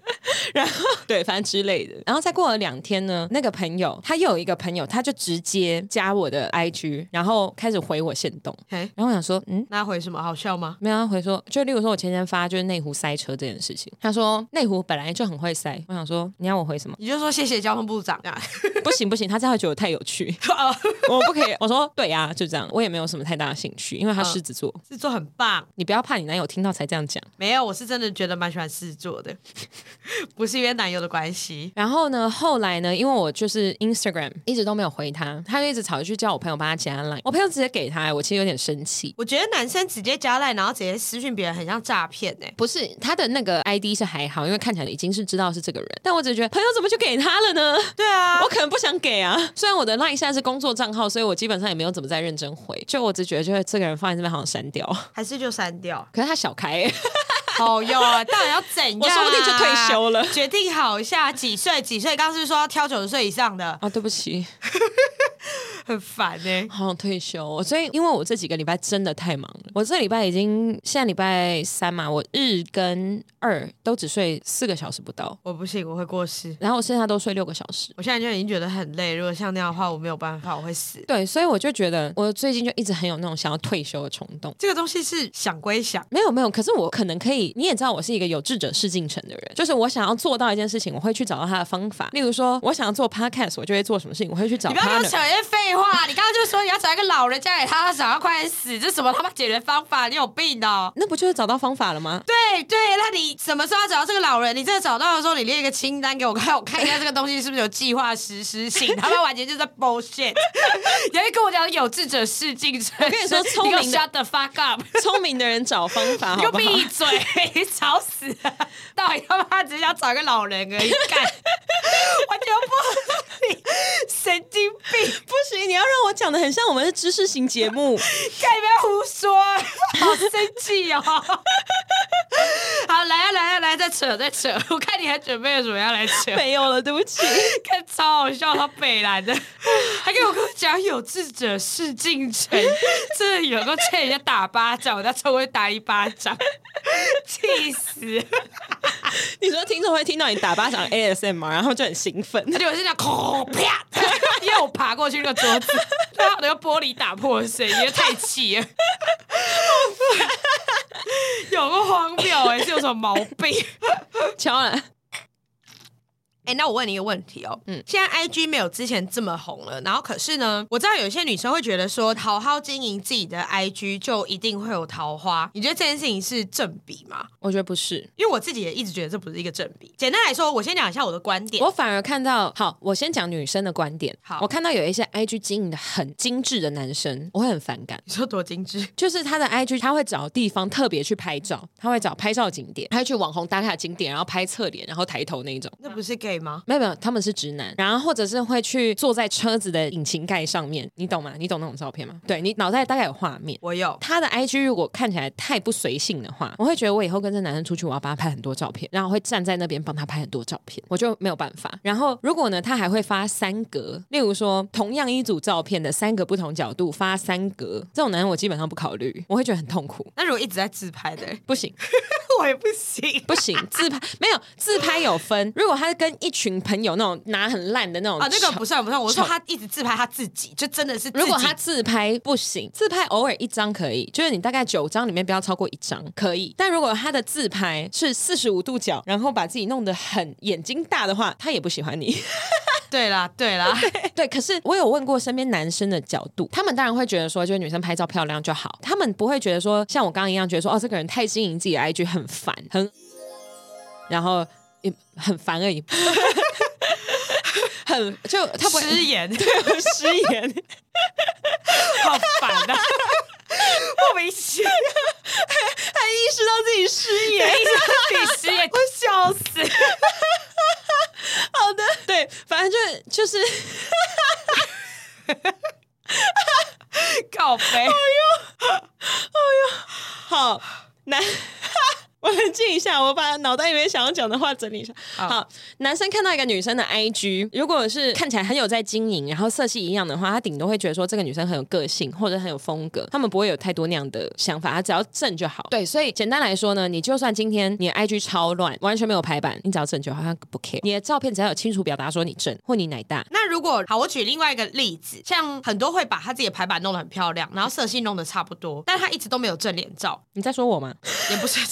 然后 对，反正之类的。然后再过了两天呢，那个朋友他又有一个朋友，他就直接加我的 IG，然后开始回我线动。
嘿，
然后我想说，嗯，
那回什么好笑吗？？
没有他回说，就例如说我前天发就是内湖塞车这件事情，他说内湖本来就很会塞，我想说你要我回什么
你就说谢谢交通部长啊，
不行不行，他这样会觉得我太有 趣，
哦
我不可以。我说对呀、就这样，我也没有什么太大的兴趣，因为他
嗯
狮子座，
制作很棒。
你不要怕你男友听到才这样讲。
没有，我是真的觉得蛮喜欢狮子座的， 不是因为男友的关系。
然后呢，后来呢，因为我就是 Instagram 一直都没有回他，他就一直吵着去叫我朋友帮他加 line，我朋友直接给他，我其实有点生气。
我觉得男生直接加赖，然后直接私讯别人，很像诈骗欸呢。
不是他的那个 ID 是还好，因为看起来已经是知道是这个人，但我只是觉得朋友怎么就给他了呢？
对啊
我，可能不想给啊。虽然我的 line 现在是工作账号，所以我基本上也没有怎么在认真回，就我只觉得就是这个人放在这边好像删掉， 。
还是就删掉
可是他小开、欸，
好哟，啊到底要怎样、
我说不定就退休了。
决定好一下，几岁？几岁？刚刚是不是说要挑九十岁以上的，
啊，对不起，
很烦欸呢、
好想退休哦、所以因为我这几个礼拜真的太忙了，我这礼拜已经现在礼拜三嘛，我日跟二都只睡四个小时不到，
我不行，我会过世。
然后我剩下都睡六个小时。
我现在就已经觉得很累，如果像那样的话，我没有办法，我会死。
对，所以我就觉得我最近就一直很有那种想要退休的冲动。
这个东西是想归想，
没有没有，可是我可能可以，你也知道我是一个有志者事竟成的人，就是我想要做到一件事情，我会去找到他的方法。例如说，我想要做 podcast，我就会做什么事情，我会去找
你不要给我
partner。
扯一些废话。你刚刚就说你要找一个老人家给他，他想要快点死，这什么他妈解决方法？你有病哦！
那不就是找到方法了吗？
对对，那你什么时候要找到这个老人？你真的找到的时候，你列一个清单给我看，我看一下这个东西是不是有计划实施性。他们完全就是在 bullshit。你还跟我讲 有志者事竟成，我
跟你 说聪明的
shut the fuck up。
聪明的人找方 法，
你
好
给我
不好？
闭嘴，吵死了！到底他妈只想找一个老人而已， 干，完全不合理，神经病！
不行，你要让我讲的很像我们是知识型节目。
干你不要胡说，好生气哦！ 好，来啊来啊来，再扯再扯， 我看你还准备了什么要来 扯，
没有了，对不起。
看超好笑，他北蓝的，还给我跟我讲有志者事竟成，真的有个欠人家打巴掌，我再抽回去打一巴掌，气死！
你说听众会听到你打巴掌 ASMR，然后就很兴奋。
而且我是这样，哐啪，因为我爬过去那个桌子，然后那个玻璃打破的声音，因为太气了，有个荒谬哎、是有什么毛病？
乔兰，
哎、那我问你一个问题哦，嗯，现在 IG 没有之前这么红了，然后可是呢，我知道有些女生会觉得说，好好经营自己的 IG 就一定会有桃花，你觉得这件事情是正比吗？
我觉得不是，
因为我自己也一直觉得这不是一个正比。简单来说，我先讲一下我的观点。
我反而看到，好，我先讲女生的观点。
好
我看到有一些 IG 经营的很精致的男生，我会很反感。
你说多精致？
就是他的 IG，他会找地方特别去拍照，他会找拍照景点，他会去网红打卡景点，然后拍侧脸，然后抬头那一种。
那不是 gay 吗？
没有没有，他们是直男，然后或者是会去坐在车子的引擎盖上面，你懂吗？你懂那种照片吗？对你脑袋大概有画面。
我有，
他的 IG 如果看起来太不随性的话，我会觉得我以后跟这男生出去，我要帮他拍很多照片，然后会站在那边帮他拍很多照片，我就没有办法。然后如果呢，他还会发三格，例如说同样一组照片的三个不同角度发三格，这种男人我基本上不考虑，我会觉得很痛苦，
那如果一直在自拍的、
不行。
我也不行。
不行，自拍没有自拍有分。如果他跟一群朋友那种拿很烂的那种
啊，那个
丑
不算不算，我说
丑
他一直自拍他自己，就真的是自己
如果他自拍不行，自拍偶尔一张可以，就是你大概九张里面不要超过一张可以。但如果他的自拍是四十五度角，然后把自己弄得很眼睛大的话，他也不喜欢你。
对啦对啦，
对，可是我有问过身边男生的角度，他们当然会觉得说，就是女生拍照漂亮就好，他们不会觉得说像我刚刚一样觉得说，哦，这个人太经营自己的 IG 很烦，很，然后也很烦而已。 很就他不会
失言，
有失言，
好烦啊， 莫名其妙，
他意识到自己失言，
你失 言，我笑死。
好的，对，反正就是就是
告白，
好男 我冷静一下，我把脑袋里面想要讲的话整理一下。
好
好，男生看到一个女生的 IG，如果是看起来很有在经营，然后色系一样的话，他顶多会觉得说这个女生很有个性或者很有风格，他们不会有太多那样的想法，他只要正就好。对，所以简单来说呢，你就算今天你的 IG 超乱，完全没有排版，你只要正就好，他不 care。你的照片只要有清楚表达说你正或你奶大，
那如果好，我举另外一个例子，像很多会把他自己的排版弄得很漂亮，然后色系弄得差不多，但他一直都没有正脸照，
你在说我吗？
也不 是，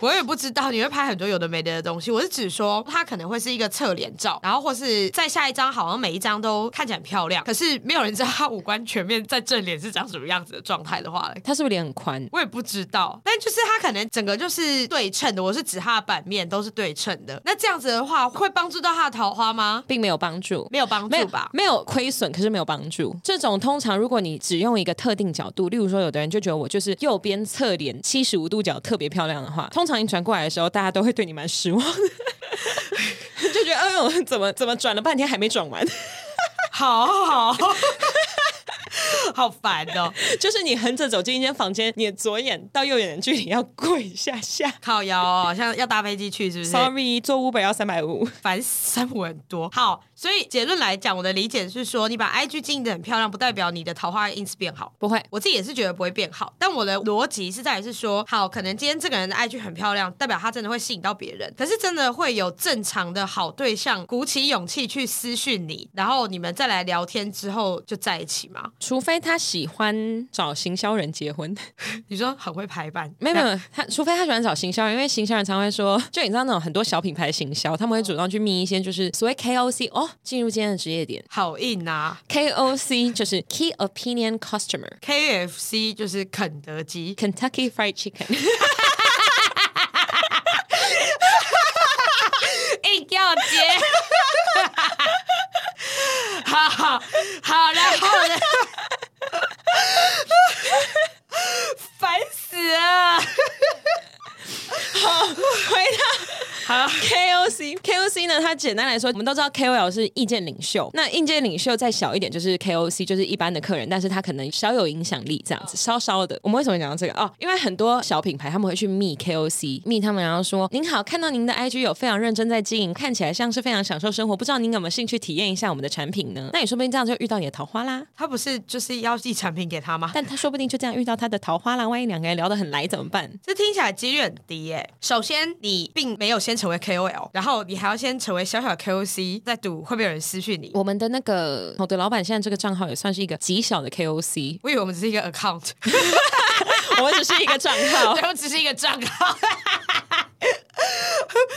我也不知道你会拍很多有的没的的东西。我是指说，他可能会是一个侧脸照，然后或是在下一张，好像每一张都看起来很漂亮，可是没有人知道他五官全面在正脸是长什么样子的状态的话嘞。
他是不是脸很宽？
我也不知道，但就是他可能整个就是对称的，我是指他的版面都是对称的。那这样子的话，会帮助到他的桃花吗？
并没有帮助，
没有帮
没
助
有
吧？
没有亏损，可是没有帮助。这种通常如果你只用一个特定角度，例如说有的人就觉得我就是右边侧脸七十五度角特别漂亮的话，通常你转过来的时候，大家都会对你蛮失望的。 就觉得，哎呦，怎么怎么转了半天还没转完？
好好。 好烦哦！
就是你横着走进一间房间，你的左眼到右眼的距离要跪一下下。
靠腰哦，像要搭飞机去是不是？
Sorry，坐 Uber 要三百五。
烦死我很多。好，所以结论来讲，我的理解是说，你把 IG 经营的很漂亮，不代表你的桃花运势变好。
不会，
我自己也是觉得不会变好，但我的逻辑是在于是说，好，可能今天这个人的 IG 很漂亮，代表他真的会吸引到别人。可是真的会有正常的好对象鼓起勇气去私讯你，然后你们再来聊天之后就在一起吗？
除非他喜欢找行销人结婚。
你说很会排版，
没有没有，没有他除非他喜欢找行销人，因为行销人常会说， 就你知道那种很多小品牌行销，他们会主动去觅一些就是所谓 KOC 哦，进入今天的职业点
好硬啊
，KOC 就是 Key Opinion Customer。
！KFC 就是肯德基，
Kentucky Fried Chicken，
硬要接。好好好，然后呢？烦死了！
好 KOC KOC 呢？它简单来说，我们都知道 KOL 是意见领袖，那意见领袖再小一点就是 KOC，就是一般的客人，但是他可能稍有影响力，这样子稍稍的。我们为什么讲到这个哦？因为很多小品牌他们会去密 KOC，密他们然后说：“您好，看到您的 IG 有非常认真在经营，看起来像是非常享受生活，不知道您有没有兴趣体验一下我们的产品呢？”那你说不定这样就遇到你的桃花啦，
他不是就是要寄产品给他吗？
但他说不定就这样遇到他的桃花啦。万一两个人聊得很来怎么办？
这听起来几率很低耶、首先，你并没有先成为 KOL，然后你还要先成为小小 KOC，再赌会不会有人私讯你。
我们的那个我的老板现在这个账号也算是一个极小的 KOC，
我以为我们只是一个 account，
我们只是一个账号
对，。我们只是一个账号。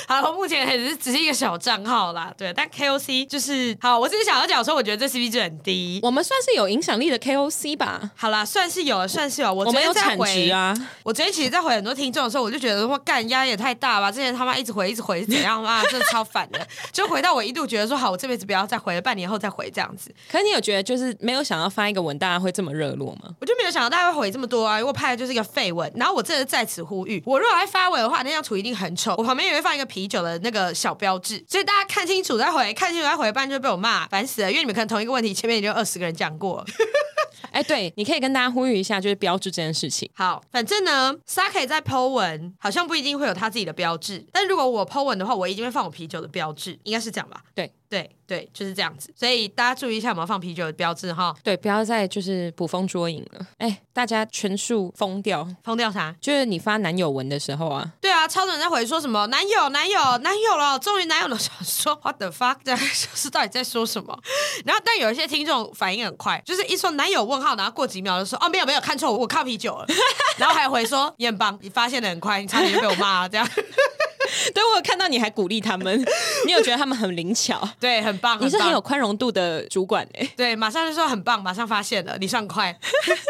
好，目前还只是只是一个小账号啦，对。但 KOC 就是好，我只是想要讲说，我觉得这 CP 值很低。
我们算是有影响力的 KOC 吧？
好啦，算是有了，算是有了。我
我
昨
们
天
有
在
产值
回，
啊，
我昨天其实在回很多听众的时候，我就觉得说，干压力也太大吧，之前他妈一直回一直回是怎样嘛，真的超烦的。就回到我一度觉得说，好，我这辈子不要再回了，半年后再回这样子。
可是你有觉得就是没有想要发一个文，大家会这么热络吗？
我就没有想到大家会回这么多啊，因为我拍的就是一个废文。然后我真的在此呼吁，我如果要发文的话，那张图一定很丑，我旁边也会放一个啤酒的那个小标志，所以大家看清楚再回，看清楚再回，不然就被我骂，烦死了。因为你们可能同一个问题，前面已经有二十个人讲过了。
哎，对，你可以跟大家呼吁一下，就是标志这件事情。
好，反正呢 s a k 在 Po 文好像不一定会有他自己的标志，但如果我 Po 文的话，我一定会放我啤酒的标志，应该是这样吧？
对
对对，就是这样子。所以大家注意一下，有没有放啤酒的标志哈？
对，不要再就是捕风捉影了。哎，大家全数疯掉，
封掉啥？
就是你发男友文的时候啊，
对啊，超多人在回说什么男友男友男友了，终于男友了，想说 what the fuck，这样就是到底在说什么？然后但有一些听众反应很快，就是一说男友问号，然后过几秒就说哦没有没有看错我，我靠啤酒了， 然后还回说你很棒，你发现的很快，你差点就被我骂、这样
对我有看到你还鼓励他们， 你有觉得他们很灵 巧？
对，很棒，
你是
棒
很有宽容度的主管哎、
对，马上就说很棒，马上发现了，你算快。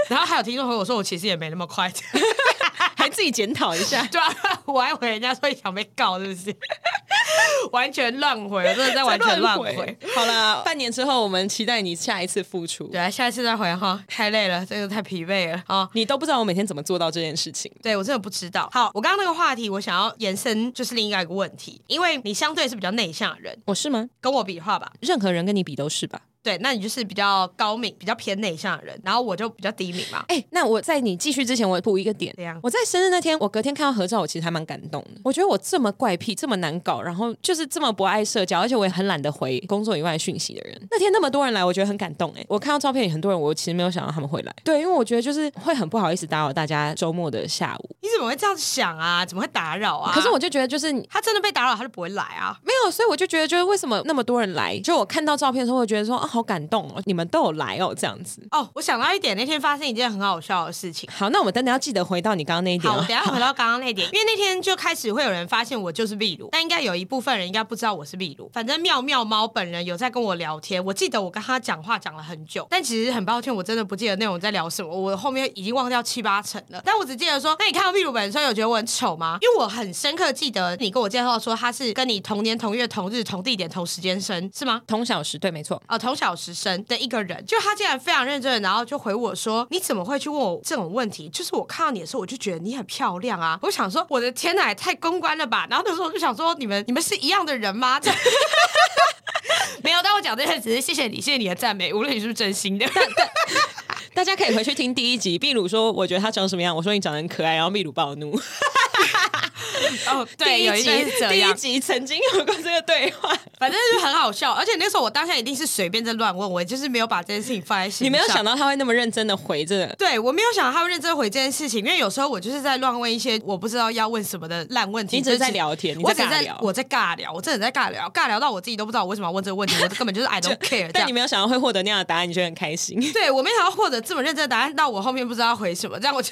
然后还有听众回我说我其实也没那么快， 。
还自己检讨一下
对啊，我还回人家说你想被告是不是？ 完全乱回，我真的在完全乱回。。
好啦，半年之后我们期待你下一次复出。
对啊，下一次再回哈，太累了，这个太疲惫了啊、哦
你都不知道我每天怎么做到这件事情。
对我真的不知道。好，我刚刚那个话题，我想要延伸就是另外一个问题，因为你相对是比较内向的人，
我是吗？
跟我比的话吧，
任何人跟你比都是吧？
对，那你就是比较高敏、比较偏内向的人，然后我就比较低敏嘛。
哎、那我在你继续之前，我补一个点
怎样。
我在生日那天，我隔天看到合照，我其实还蛮感动的。我觉得我这么怪癖，这么难搞，然后就是这么不爱社交，而且我也很懒得回工作以外的讯息的人。那天那么多人来，我觉得很感动、哎，我看到照片里很多人，我其实没有想到他们会来。对，因为我觉得就是会很不好意思打扰大家周末的下午。
你怎么会这样想啊？怎么会打扰啊？
可是我就觉得就是你
他真的被打扰，他就不会来啊。
没有，所以我就觉得就是为什么那么多人来？就我看到照片的时候，我觉得说啊，好感动哦，你们都有来哦，这样子。
哦，我想到一点，那天发生一件很好笑的事情。
好，那我们等等要记得回到你刚刚那一点
好，
哦。
我等一下回到刚刚那点，因为那天就开始会有人发现我就是秘鲁，但应该有一部分人应该不知道我是秘鲁。反正妙妙猫本人有在跟我聊天，我记得我跟他讲话讲了很久，但其实很抱歉，我真的不记得内容在聊什么，我后面已经忘掉七八成了。但我只记得说，那你看到秘鲁本人的时候有觉得我很丑吗？因为我很深刻记得你跟我介绍说他是跟你同年同月同日同地点同时间生，是吗？
同小时，对，没错。
呃同小时生的一个人，就他竟然非常认真的，然后就回我说：“你怎么会去问我这种问题？就是我看到你的时候，我就觉得你很漂亮啊！”我想说，我的天哪，也太公关了吧！然后那时候我就想说，你们你们是一样的人吗？ 这没有，但我讲这些只是谢谢你，谢谢你的赞美，无论你是不是真心的。
大家可以回去听第一集，秘鲁说我觉得他长什么样，我说你长得很可爱，然后秘鲁暴怒。
哦，
第
对，有
一
一
集
段是这
第一
样，
集曾经有过这个对话，
反正 就很好笑。而且那时候我当下一定是随便在乱问，我就是没有把这件事情放在心上。
你没有想到他会那么认真的回这个。
对我没有想到他会认真回这件事情，因为有时候我就是在乱问一些我不知道要问什么的烂问题。
你只是在聊天
就是
你在
我只
尬聊
是在我在尬聊，我真的在尬聊，尬聊到我自己都不知道我为什么要问这个问题，我根本就是 I don't care 这
但
样
你。没有想到会获得那样的答案，你觉得很开心。
对我没想到获得这么认真的答案，到我后面不知道要回什么，这样我就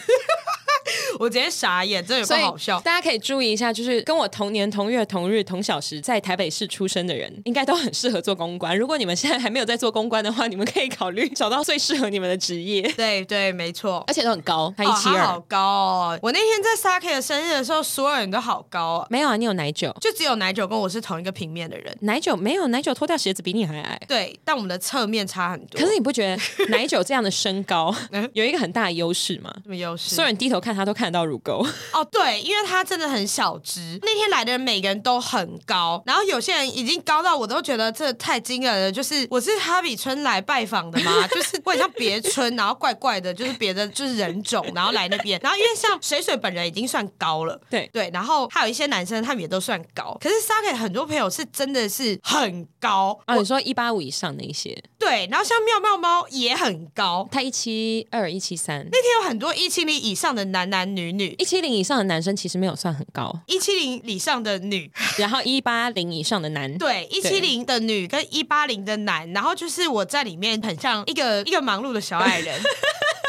我直接傻眼，真的有
所
够
以
好笑。
大家可以注意一下，就是跟我同年同月同日同小时在台北市出生的人，应该都很适合做公关。如果你们现在还没有在做公关的话，你们可以考虑找到最适合你们的职业，
对对，没错。
而且都很高，他一
哦
七
他好
二。
高哦！我那天在 s a k 的生日的时候，所有人都好高、哦，
没有啊，你有奶酒，
就只有奶酒跟我是同一个平面的人。
奶酒没有奶酒脱掉鞋子比你还矮。
对，但我们的侧面差很多。
可是你不 觉得奶酒这样的身高有一个很大的优势吗？
什么优势？
所有人低头看他都看得到乳沟，
哦，对，因为他真的很小只。那天来的人每个人都很高，然后有些人已经高到我都觉得这太惊人了。就是我是哈比村来拜访的嘛，就是我很像别村，然后怪怪的，就是别的就是人种，然后来那边。然后因为像水水本人已经算高了，
对
对，然后还有一些男生他们也都算高，可是 Saki 很多朋友是真的是很高，
啊，你说一八五以上那一些，
对，然后像妙妙猫也很高。
他一七二、一七三、
那天有很多一七零以上的男男女女，
一七零以上的男生其实没有算很 高，
一七零以上的女。
然后一八零以上的男，
对，一七零的女跟一八零的男，然后就是我在里面很像一个一个忙碌的小矮人。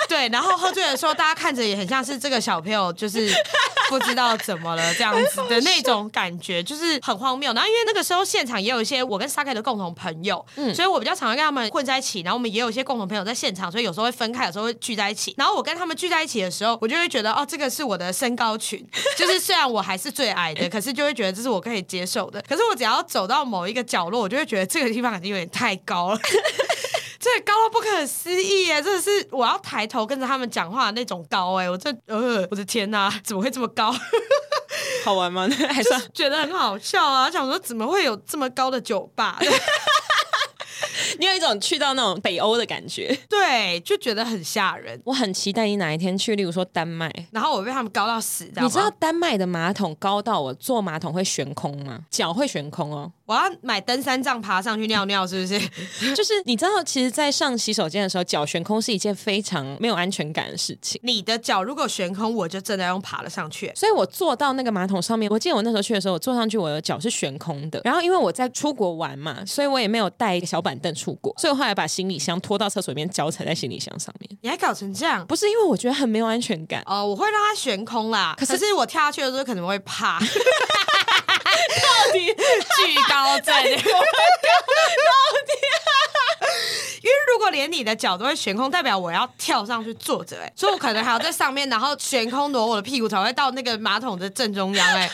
对，然后喝醉的时候，大家看着也很像是这个小朋友，就是不知道怎么了这样子的那种感觉，就是很荒谬。然后因为那个时候现场也有一些我跟 Saki 的共同朋友，所以我比较常会跟他们混在一起。然后我们也有一些共同朋友在现场，所以有时候会分开，有时候会聚在一起。然后我跟他们聚在一起的时候，我就会觉得哦，这个是我的身高群，就是虽然我还是最矮的，可是就会觉得这是我可以接受的。可是我只要走到某一个角落，我就会觉得这个地方已经有点太高了。这高到不可思议耶！真的是我要抬头跟着他们讲话的那种高哎，我这呃，我的天呐，怎么会这么高？
好玩 吗？还算
觉得很好笑啊，想说怎么会有这么高的酒吧？
你有一种去到那种北欧的感觉。
对，就觉得很吓人。
我很期待你哪一天去，例如说丹麦。
然后我被他们高到死，
你知道
吗？
丹麦的马桶高到我坐马桶会悬空吗？脚会悬空哦。
我要买登山杖爬上去尿尿，是不是？
就是你知道，其实，在上洗手间的时候，脚悬空是一件非常没有安全感的事情。
你的脚如果悬空，我就真的用爬了上去。
所以我坐到那个马桶上面，我记得我那时候去的时候，我坐上去，我的脚是悬空的。然后因为我在出国玩嘛，所以我也没有带一个小板凳出国，所以我后来把行李箱拖到厕所里面，脚踩在行李箱上面。
你还搞成这样？
不是因为我觉得很没有安全感，
哦，我会让它悬空啦，可
可是
是我跳下去的时候可能会怕
你
巨高症。 因为如果连你的脚都会悬空，代表我要跳上去坐着，哎，所以我可能还要在上面，然后悬空挪我的屁股才会到那个马桶的正中央， 哎，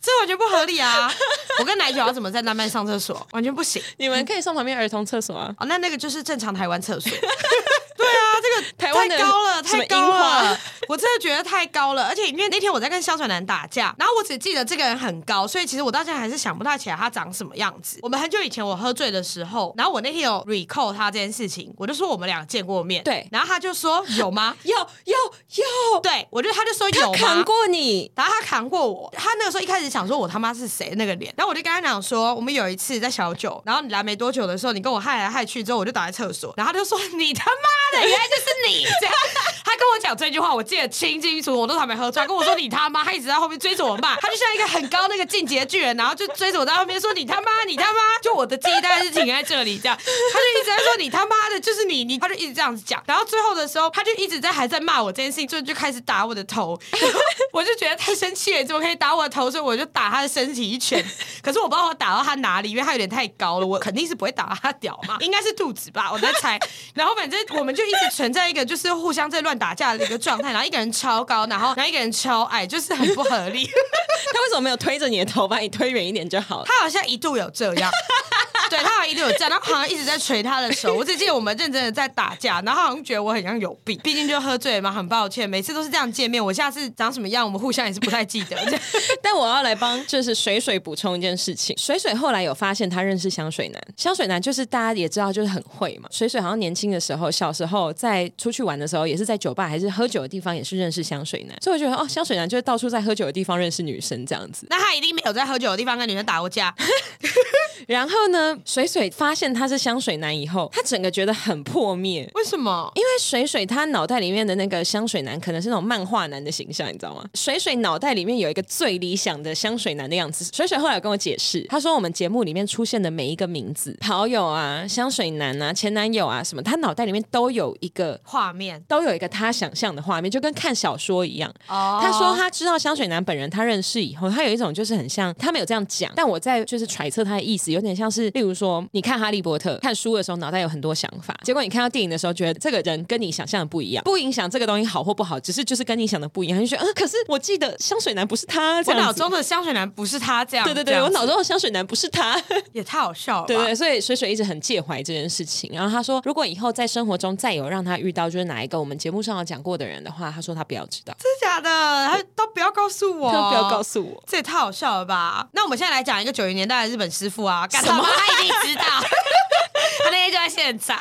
这完全不合理啊！我跟奶酒要怎么在南半上厕所，完全不行。
你们可以上旁边儿童厕所啊。
哦，那那个就是正常台湾厕所。对啊，这个
台湾的
太高了，
什么
太高
樱花
了。我真的觉得太高了。而且因为那天我在跟肖传南打架，然后我只记得这个人很高，所以其实我到现在还是想不太起来他长什么样子。我们很久以前我喝醉的时候，然后我那天有 recall 他这件事情，我就说我们俩见过面，
对
然后他就说有吗？
有有有，
对，我就他就说
他
有吗
扛？过你，
然后他扛过我，他那个时候一开始想说我他妈是谁那个脸，然后我就跟他讲说，我们有一次在小九，然后你来没多久的时候，你跟我害来害去之后，我就倒在厕所，然后他就说你他妈的，原来就是你这样。他跟我讲这句话，我记得清清楚，楚，我都还没喝醉，他跟我说你他妈，他一直在后面追着我骂，他就像一个很高那个进阶巨人，然后就追着我在后面说你他妈，你他妈，就我的记忆大概是停在这里这样，他就一直在说你他妈的，就是你你，他就一直这样子讲，然后最后的时候，他就一直在还在骂我这件事情，就就开始打我的 头，我就觉得太生气了，怎么可以打我的头？所以我就打他的身体一拳。可是我不知道我打到他哪里，因为他有点太高了，我肯定是不会打到他屌嘛，应该是肚子吧，我在 猜。然后反正我们就一直存在一个就是互相在乱打架的一个状态，然后一个人超高，然后然后一个人超矮，就是很不合理。
他为什么没有推着你的头把你推远一点就好了？
他好像一度有这 样。对他好像一度有这样，然后好像一直在捶他的手。我只记得我们认真的在打架，然后好像觉得我很像有病，毕竟就喝醉了嘛，很抱歉。每次都是这样见面，我下次长什么样，我们互相也是不太 记得。这样
但我要来帮就是水水补充一件事情，水水后来有发现他认识香水男，香水男就是大家也知道就是很会嘛，水水好像年轻的时候，小时候在出去玩的时候，也是在酒吧还是喝酒的地方也是认识香水男，所以我觉得哦，香水男就是到处在喝酒的地方认识女生这样子。
那他一定没有在喝酒的地方跟女生打过架，
然后呢，水水发现他是香水男以后，他整个觉得很破灭。
为什么？
因为水水他脑袋里面的那个香水男，可能是那种漫画男的形象，你知道吗？水水脑袋里面有一个最理想的香水男的样子。水水后来有跟我解释，他说我们节目里面出现的每一个名字，跑友啊、香水男啊、前男友啊什么，他脑袋里面都有一个。
画面
都有一个他想象的画面，就跟看小说一样。
哦
他说他知道香水男本人，他认识以后，他有一种就是很像，他没有这样讲，但我在就是揣测他的意思，有点像是，例如说，你看《哈利波特》看书的时候，脑袋有很多想法， 结果你看到电影的时候，觉得这个人跟你想象的不一样，不影响这个东西好或不好，只是就是跟你想的不一样，你就觉得，嗯，可是我记得香水男不是他，这
我
样子
脑中。的香水男不是他这样，
对对
这
对，
样
我
子
脑中的香水男不是他，
也太好笑了吧。
对对，所以水水一直很介怀这件事情。然后他说，如果以后在生活中再有让他遇到就是哪一个我们节目上有讲过的人的话，他说他不要知道，
真的假的？他都不要告诉我，
他不要告诉我。
这也太好笑了吧！那我们现在来讲一个九零年代的日本师傅 啊，干
什么
他妈他一定知道，他那天就在现场。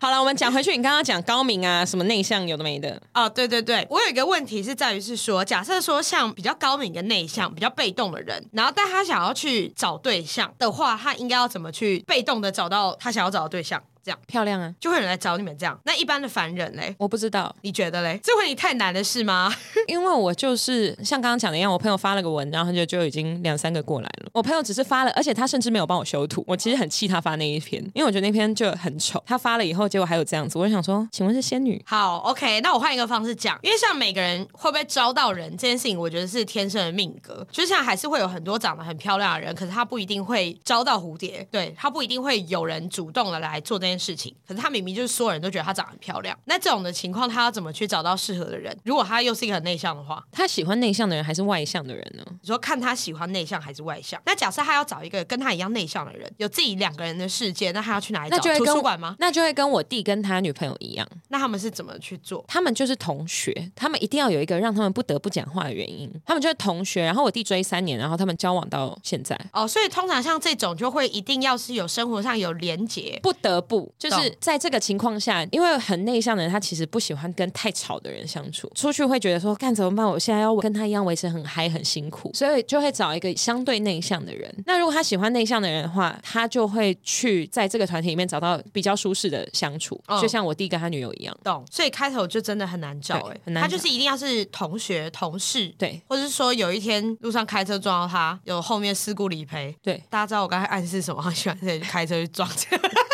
好了，我们讲回去，你刚刚讲高明啊，什么内向有的没的，
哦，对对对，我有一个问题是在于是说，假设说像比较高敏跟内向、比较被动的人，然后但他想要去找对象的话，他应该要怎么去被动的找到他想要找的对象？这样
漂亮啊，
就会有人来找你们这样。那一般的凡人嘞？
我不知道，
你觉得嘞？这问题太难了是吗？
因为我就是像刚刚讲的一样，我朋友发了个文，然后就就已经两三个过来了。我朋友只是发了，而且他甚至没有帮我修图。我其实很气他发那一篇，因为我觉得那篇就很丑。他发了以后，结果还有这样子，我就想说，请问是仙女？
好，OK，那我换一个方式讲，因为像每个人会不会招到人这件事情，我觉得是天生的命格。就像还是会有很多长得很漂亮的人，可是他不一定会招到蝴蝶，对他不一定会有人主动的来做这件事情。可是他明明就是所有人都觉得他长得很漂亮，那这种的情况，他要怎么去找到适合的人？如果他又是一个很内向的话，
他喜欢内向的人还是外向的人呢？
你说看他喜欢内向还是外向？那假设他要找一个跟他一样内向的人，有自己两个人的世界，那他要去哪里
那
找？
就会
图
跟
书馆吗？
那就会跟我弟跟他女朋友一样，
那他们是怎么去做？
他们就是同学，他们一定要有一个让他们不得不讲话的原因。他们就是同学，然后我弟追三年，然后他们交往到现在，
哦，所以通常像这种就会一定要是有生活上有连结。
不得不就是
懂
在这个情况下，因为很内向的人，他其实不喜欢跟太吵的人相处，出去会觉得说干怎么办？我现在要跟他一样维持很嗨很辛苦，所以就会找一个相对内向的人。那如果他喜欢内向的人的话，他就会去在这个团体里面找到比较舒适的相处，
嗯
就像我弟跟他女友一样。
懂，所以开头就真的很难找
对
哎、欸，
很难
他
找
就是一定要是同学、同事，
对
或者是说有一天路上开车撞到他，有后面事故理赔。
对，
大家知道我刚才暗示什么？很 喜欢这开车去撞车，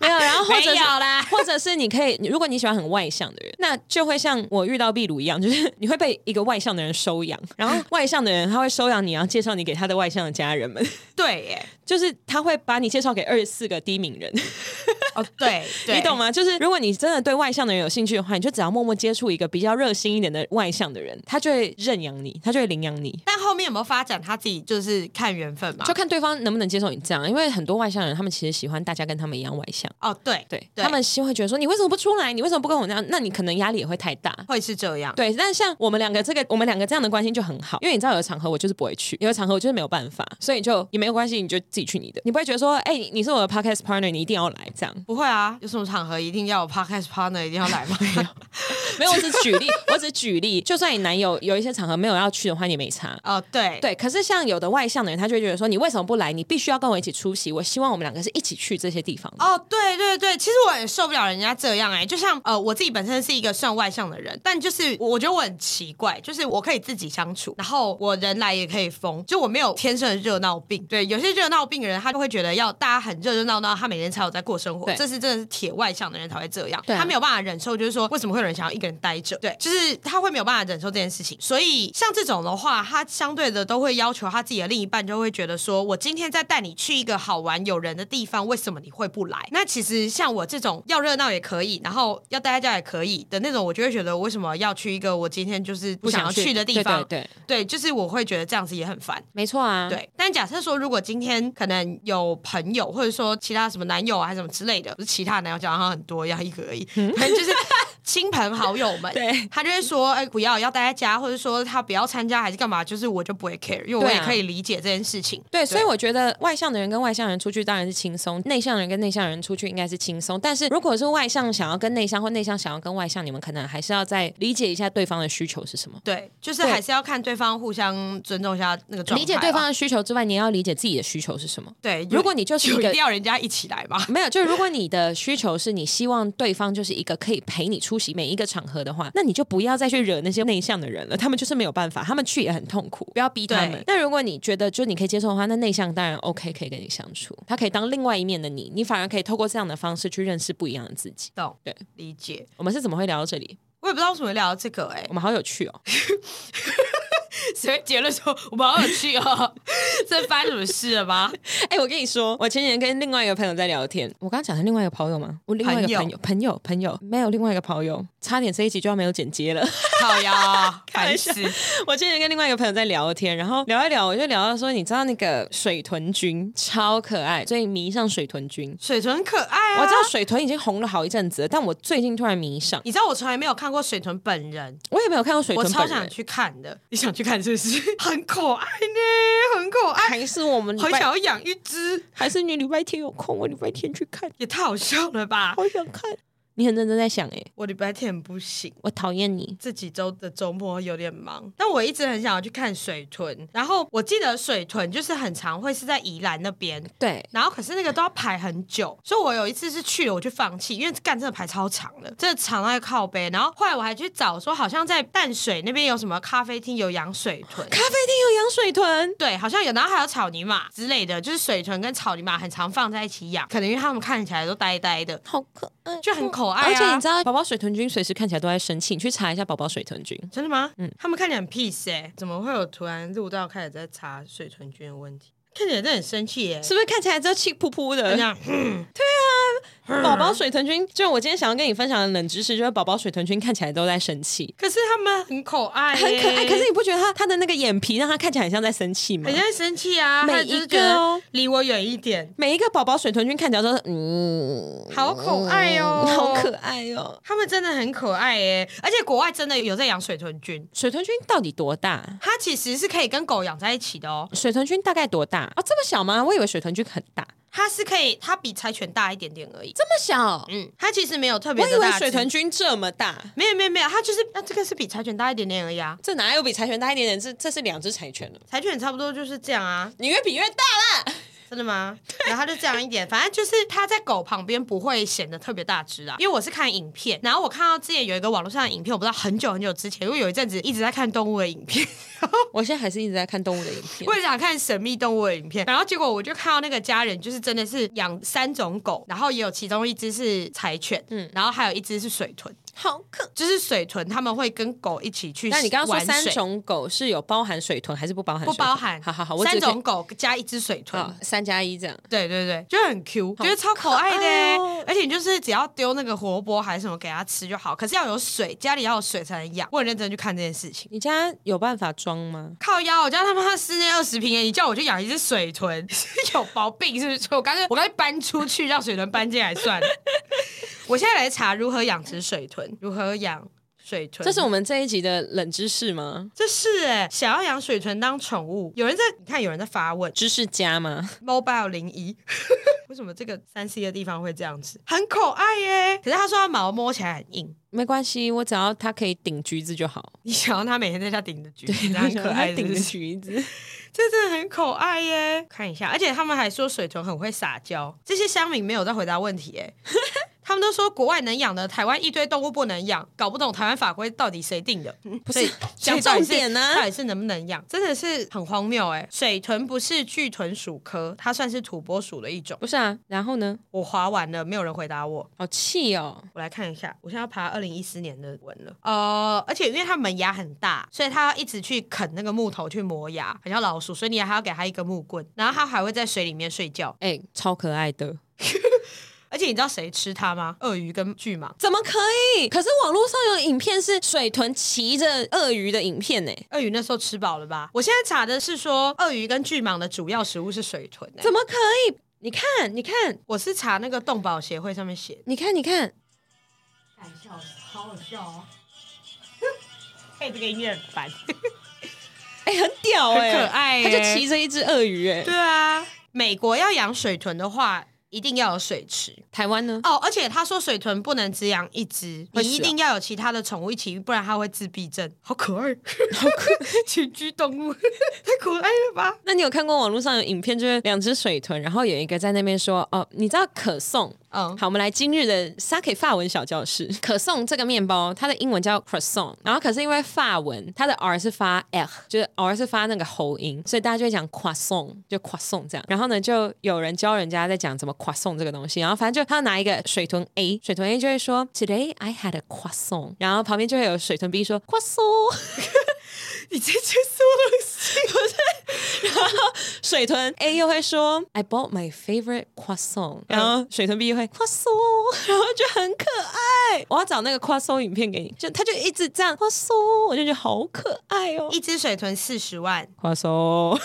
没有，然后或者是
没有啦
或者是你可以，如果你喜欢很外向的人，那就会像我遇到壁炉一样，就是 你会被一个外向的人收养，然后外向的人他会收养你，然后介绍你给他的外向的家人们，
对耶、
就是他会把你介绍给二十四个低敏人，
哦，对，对
你懂？吗？就是如果你真的对外向的人有兴趣的话，你就只要默默接触一个比较热心一点的外向的人，他就会认养你，他就会领养你。
但后面有没有发展，他自己就是看缘分嘛。
就看对方能不能接受你这样，啊因为很多外向人，他们其实喜欢大家跟他们一样外向，
哦，对
对
对
他们希望会觉得说你为什么不出来，你为什么不跟我那样？那你可能压力也会太大。
会是这样。
对，但像我们两个这个，我们两个这样的关系就很好，因为你知道有的场合我就是不会去，有的场合我就是没有办法，所以就也没有关系，你就自己去你的，你不会觉得说，哎、你是我的 podcast partner，你一定要来这样。
不会啊，有什么场合一定要有 podcast partner 一定要来 吗？
没有，我只举例，我只举例，就算你男友有一些场合没有要去的话，你也没差。
哦，对，
对，可是像有的外向的人，他就会觉得说，你为什么不来？你必须要跟我一起出席。我希望我们两个是一起去这些地方的。
哦，对对对，其实我很受不了人家这样哎、就像呃，我自己本身是一个算外向的人，但就是我我觉得我很奇怪，就是我可以自己相处，然后我人来也可以疯，就我没有天生的热闹病。对，有些热闹病的人，他就会觉得要大家很热热闹闹，他每天才有在过生活，
对
这是真的是铁外向的人才会这样，
对啊
他没有办法忍受，就是说为什么会有人想要一个人待着？对，就是他会没有办法忍受这件事情，所以像这种的话，他相对的都会要求他自己的另一半就会觉得说，我今天在带你去一个好玩有人的地方，为什么你会不来？那其实像我这种要热闹也可以，然后要待在家也可以的那种，我就会觉得为什么要去一个我今天就是不想要去的地方？
对对对，
对，就是我会觉得这样子也很烦。
没错啊。，
对，但假设说，如果今天可能有朋友，或者说其他什么男友啊，还是什么之类的，不是其他男友讲好像很多，要一个而已，反正就是亲朋好友们，
嗯 对
他就会说，哎、不要要待在家，或者说他不要参加还是干嘛，就是我就不会 care，因为我
对
也
啊
可以理解这件事情。
对，所以我觉得外向的人跟外向人出去当然是轻松，内向人跟内向人出去应该是轻松。但是如果是外向想要跟内向，或内向想要跟外向，你们可能还是要再理解一下对方的需求是什么。
对，就是
对
还是要看对方互相尊重一下那个状态啊，
理解对方的需求之外，你也要理解自己的需求是什么。
对。
如果你就是一
就一
个
定要人家一起来吧，
没有，就是如果你的需求是你希望对方就是一个可以陪你出席每一个场合的话，那你就不要再去惹那些内向的人了，他们就是没有办法，他们去也很痛苦，不要逼他们
对。
那如果你觉得就你可以接受的话，那内向当然 OK，可以跟你相处，他可以当另外一面的你，你反而可以透过这样的方式去认识不一样的自己。
懂？
对，
理解。
我们是怎么会聊到这里？
我也不知道为什么会聊到这个、 哎
我，们好有趣哦！
谁会结论说我们好有趣哦？ 这发生什么事了吗？
哎，我跟你说，我前几天跟另外一个朋友在聊天，我刚刚讲的另外一个朋友吗？我另外一个朋友，朋友，朋友，没有另外一个朋友，差点这一集就要没有剪接了。
好 呀，
开
烦
玩
死
笑！ 我之前跟另外一个朋友在聊天，然后聊一聊，我就聊到说，你知道那个水豚君超可爱，所以迷上水豚君。
水豚很可爱啊！
我知道，水豚已经红了好一阵子了，但我最近突然迷上，
你知道我从来没有看过水豚本人，
我也没有看过水
我
豚
超
本
想
人，
去看的。你想去看是不是？ 很可爱呢，很可 爱，
还是我们
好
礼
想
拜，
要养一只，
还是你礼拜天有空，我礼拜天去看，
也太好笑了吧！
好想看。你很认真在想哎、
我礼拜天很不行。
我讨厌你。
这几周的周末有点忙，但我一直很想要去看水豚。然后我记得水豚就是很常会是在宜兰那边，
对，
然后可是那个都要排很久，所以我有一次是去了我就放弃，因为干真的排超长的，真的长到一个靠背。然后后来我还去找说，好像在淡水那边有什么咖啡厅有养水 豚。
咖啡厅有养水豚，
对，好像有，然后还有草泥马之类的，就是水豚跟草泥马很常放在一起养，可能因为它们看起来都呆呆的，
好可爱，
就很可爱、啊。
哦而且你知道，宝宝水豚君随时看起来都在生气，你去查一下宝宝水豚君。
真的吗？嗯，他们看起来很 peace 哎、怎么会有突然录到开始在查水豚君的问题？看起来真的很生气哎、
是不是看起来都气扑扑的？
这样，
宝宝水豚君，就我今天想要跟你分享的冷知识，就是宝宝水豚君看起来都在生气，
可是他们很可 爱、
很可哎爱。可是你不觉得他他的那个眼皮让他看起来很像在生气吗
很？像生气啊，
每
他就是
一
觉
个
得
哦
离我远一点，
每一个宝宝水豚君看起来都是嗯，
好可爱哦，
好可。爱哦。
他们真的很可爱耶，而且国外真的有在养水豚菌，
水豚君到底多大？
它其实是可以跟狗养在一起的哦，
水豚君大概多大啊、这么小吗？我以为水豚君很大，
它是可以，它比柴犬大一点点而已。
这么小，
嗯，它其实没有特别
我以
的
为
大只。
水豚君这么大。
没有没有没有，它就是那这个是比柴犬大一点点而已啊，
这哪有比柴犬大一点点？这这是两只柴犬了，
柴犬差不多就是这样啊，
你越比越大啦！
真的吗？然后它就这样一点， 反正就是它在狗旁边不会显得特别大只啊。因为我是看影片，然后我看到之前有一个网络上的影片，我不知道很久很久之前，因为有一阵子一直在看动物的影片，
我现在还是一直在看动物的影片
我，也想看神秘动物的影片，然后结果我就看到那个家人就是真的是养三种狗，然后也有其中一只是柴犬，嗯，然后还有一只是水豚，
好可。
就是水豚他们会跟狗一起去玩
那
水。
你刚刚说三种狗是有包含水豚还是不包含水
不
豚？
包含，
好好好，我
三
只
种狗加一只水豚。
啊，三加一这样。
对对对，就很 Q，
好
觉得超可爱的
可爱
欸、
哦
而且你就是只要丢那个活泼还是什么给它吃就好，可是要有水，家里要有水才能养。我很认真去看这件事情。
你家有办法装吗？
靠腰，我家他妈室内二十平耶，欸你叫我去养一只水豚，是有毛病是不是？所以我干脆我干脆搬出去，让水豚搬进 来算了。我现在来查如何养殖水豚，如何养水豚。
这是我们这一集的冷知识吗？
这是哎、想要养水豚当宠物，有人在你看有人在发问
知识家吗？
，mobile 零一， 为什么这个三 C 的地方会这样子？很可爱耶、可是他说它毛摸起来很硬，
没关系，我只要它可以顶橘子就好。
你想要它每天在家顶着橘子，
我
它很
想
可
它
爱，
顶
是
着
不是
橘子。
这真的很可爱耶！看一下，而且他们还说水豚很会撒娇，这些乡民没有在回答问题 耶。他们都说国外能养的，台湾一堆动物不能养，搞不懂台湾法规到底谁定的。
不
所以
是讲嗯
所以到底
重
是
点啊呢
到底是能不能养，真的是很荒谬哎！水豚不是巨豚属科，它算是土拨鼠的一种。
不是啊，然后呢？
我划完了，没有人回答我。
好气哦！
我来看一下，我现在要爬二零一四年的文了。呃，而且因为它门牙很大，所以它要一直去啃那个木头去磨牙，很像老鼠，所以你还要给它一个木棍，然后它还会在水里面睡觉。
哎、超可爱的，
而且你知道谁吃它吗？鳄鱼跟巨蟒。
怎么可以？可是网络上有影片是水豚骑着鳄鱼的影片呢、
鳄鱼那时候吃饱了吧？我现在查的是说，鳄鱼跟巨蟒的主要食物是水豚、欸。
怎么可以？你看，你看，
我是查那个动保协会上面写的。
你看，你看，
笑死，好好笑哦！配这个音乐很烦。
哎、很屌哎、
很可爱
它就
欸
骑着一只鳄鱼哎、
对啊，美国要养水豚的话，一定要有水池。
台湾呢？
哦，而且他说水豚不能只养一只，
会死啊
你一定要有其他的宠物一起，不然它会自闭症。好可爱，好可群居动物， 太可爱了吧？
那你有看过网络上有影片，就是两只水豚，然后有一个在那边说：“哦，你知道可颂？
嗯，
好，我们来今日的 Sake 法文小教室。 可颂这个面包，它的英文叫 croissant，然后可是因为法文它的 r 是发 r，就是 r 是发那个喉音，所以大家就会讲 croissant，就 croissant 这样。然后呢，就有人教人家在讲怎么 croissant 这个东西，然后反正就他拿一个水豚 A，水豚 A 就会说 Today I had a croissant，然后旁边就会有水豚 B 说 croissant。
你这些什么东西？
水豚 A 又会说 I bought my favorite croissant，然后水豚 B 又会 croissant，然后就很可爱。我要找那个 croissant 影片给你，就他就一直这样 croissant，我就觉得好可爱哦。
一只水豚四十万，
croissant，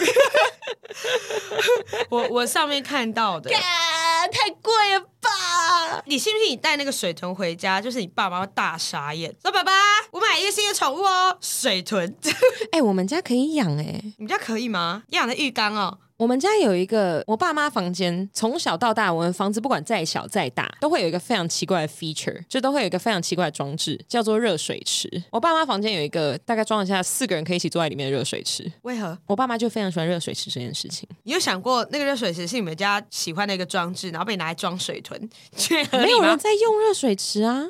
我我上面看到 的。
啊太贵了吧？
你信不信？你带那个水豚回家，就是你爸妈会大傻眼，说：“爸爸，我买一个新的宠物哦，水豚。
哎、我们家可以养哎、”
你们家可以吗？养的浴缸哦，
我们家有一个我爸妈房间，从小到大，我们房子不管再小再大，都会有一个非常奇怪的 feature，就都会有一个非常奇怪的装置，叫做热水池。我爸妈房间有一个大概装得下四个人可以一起坐在里面的热水池。
为何？
我爸妈就非常喜欢热水池这件事情，
你有想过那个热水池是你们家喜欢的一个装置，然后被拿来装水豚？ 没
没有人在用热水池啊，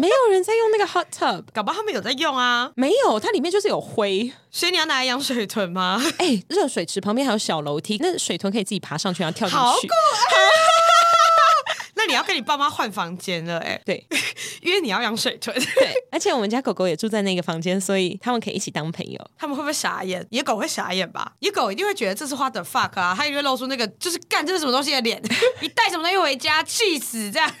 没有人在用那个 hot tub，
搞不好他们有在用啊，
没有，它里面就是有灰。
所以你要拿来养水豚吗？
哎、热水池旁边还有小楼梯，那水豚可以自己爬上去，然后跳进
好
去。
那你要跟你爸妈换房间了哎、
对
因为你要养水豚，
对，而且我们家狗狗也住在那个房间，所以他们可以一起当朋友。
他们会不会傻眼？野狗会傻眼吧？野狗一定会觉得这是花的 fuck 啊，它一定会露出那个就是干这是什么东西的 脸，你带什么东西回家，气死这样，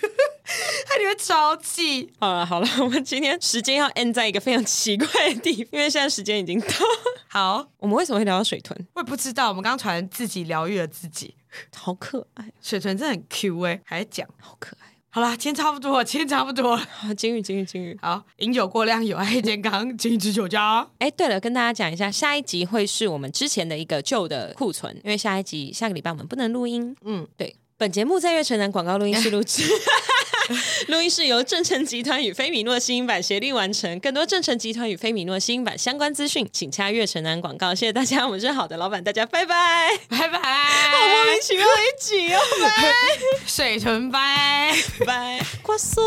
它一定会超气。
好了好了，我们今天时间要 end 在一个非常奇怪的地方，因为现在时间已经 到。
好，
我们为什么会聊到水豚？
我也不知道，我们刚刚传自己疗愈了自己，
好可爱，
水豚真的很 Q 哎、还在讲。
好可爱！
好啦，今天差不多了，今天差不多了。
好，金鱼，金鱼，金鱼。
好，饮酒过量有害健康，禁止酒驾。
哎，对了，跟大家讲一下，下一集会是我们之前的一个旧的库存，因为下一集下个礼拜我们不能录音。
嗯
嗯，对。本节目在月城南广告录音室录制， 录音室由正成集团与菲米诺新音版协力完成。更多正成集团与菲米诺新音版相关资讯，请洽月城南广告。谢谢大家，我们是好的老板，大家拜拜。
拜 拜，
好莫名其妙的一集哦，拜
水豚拜。
拜，瓜松。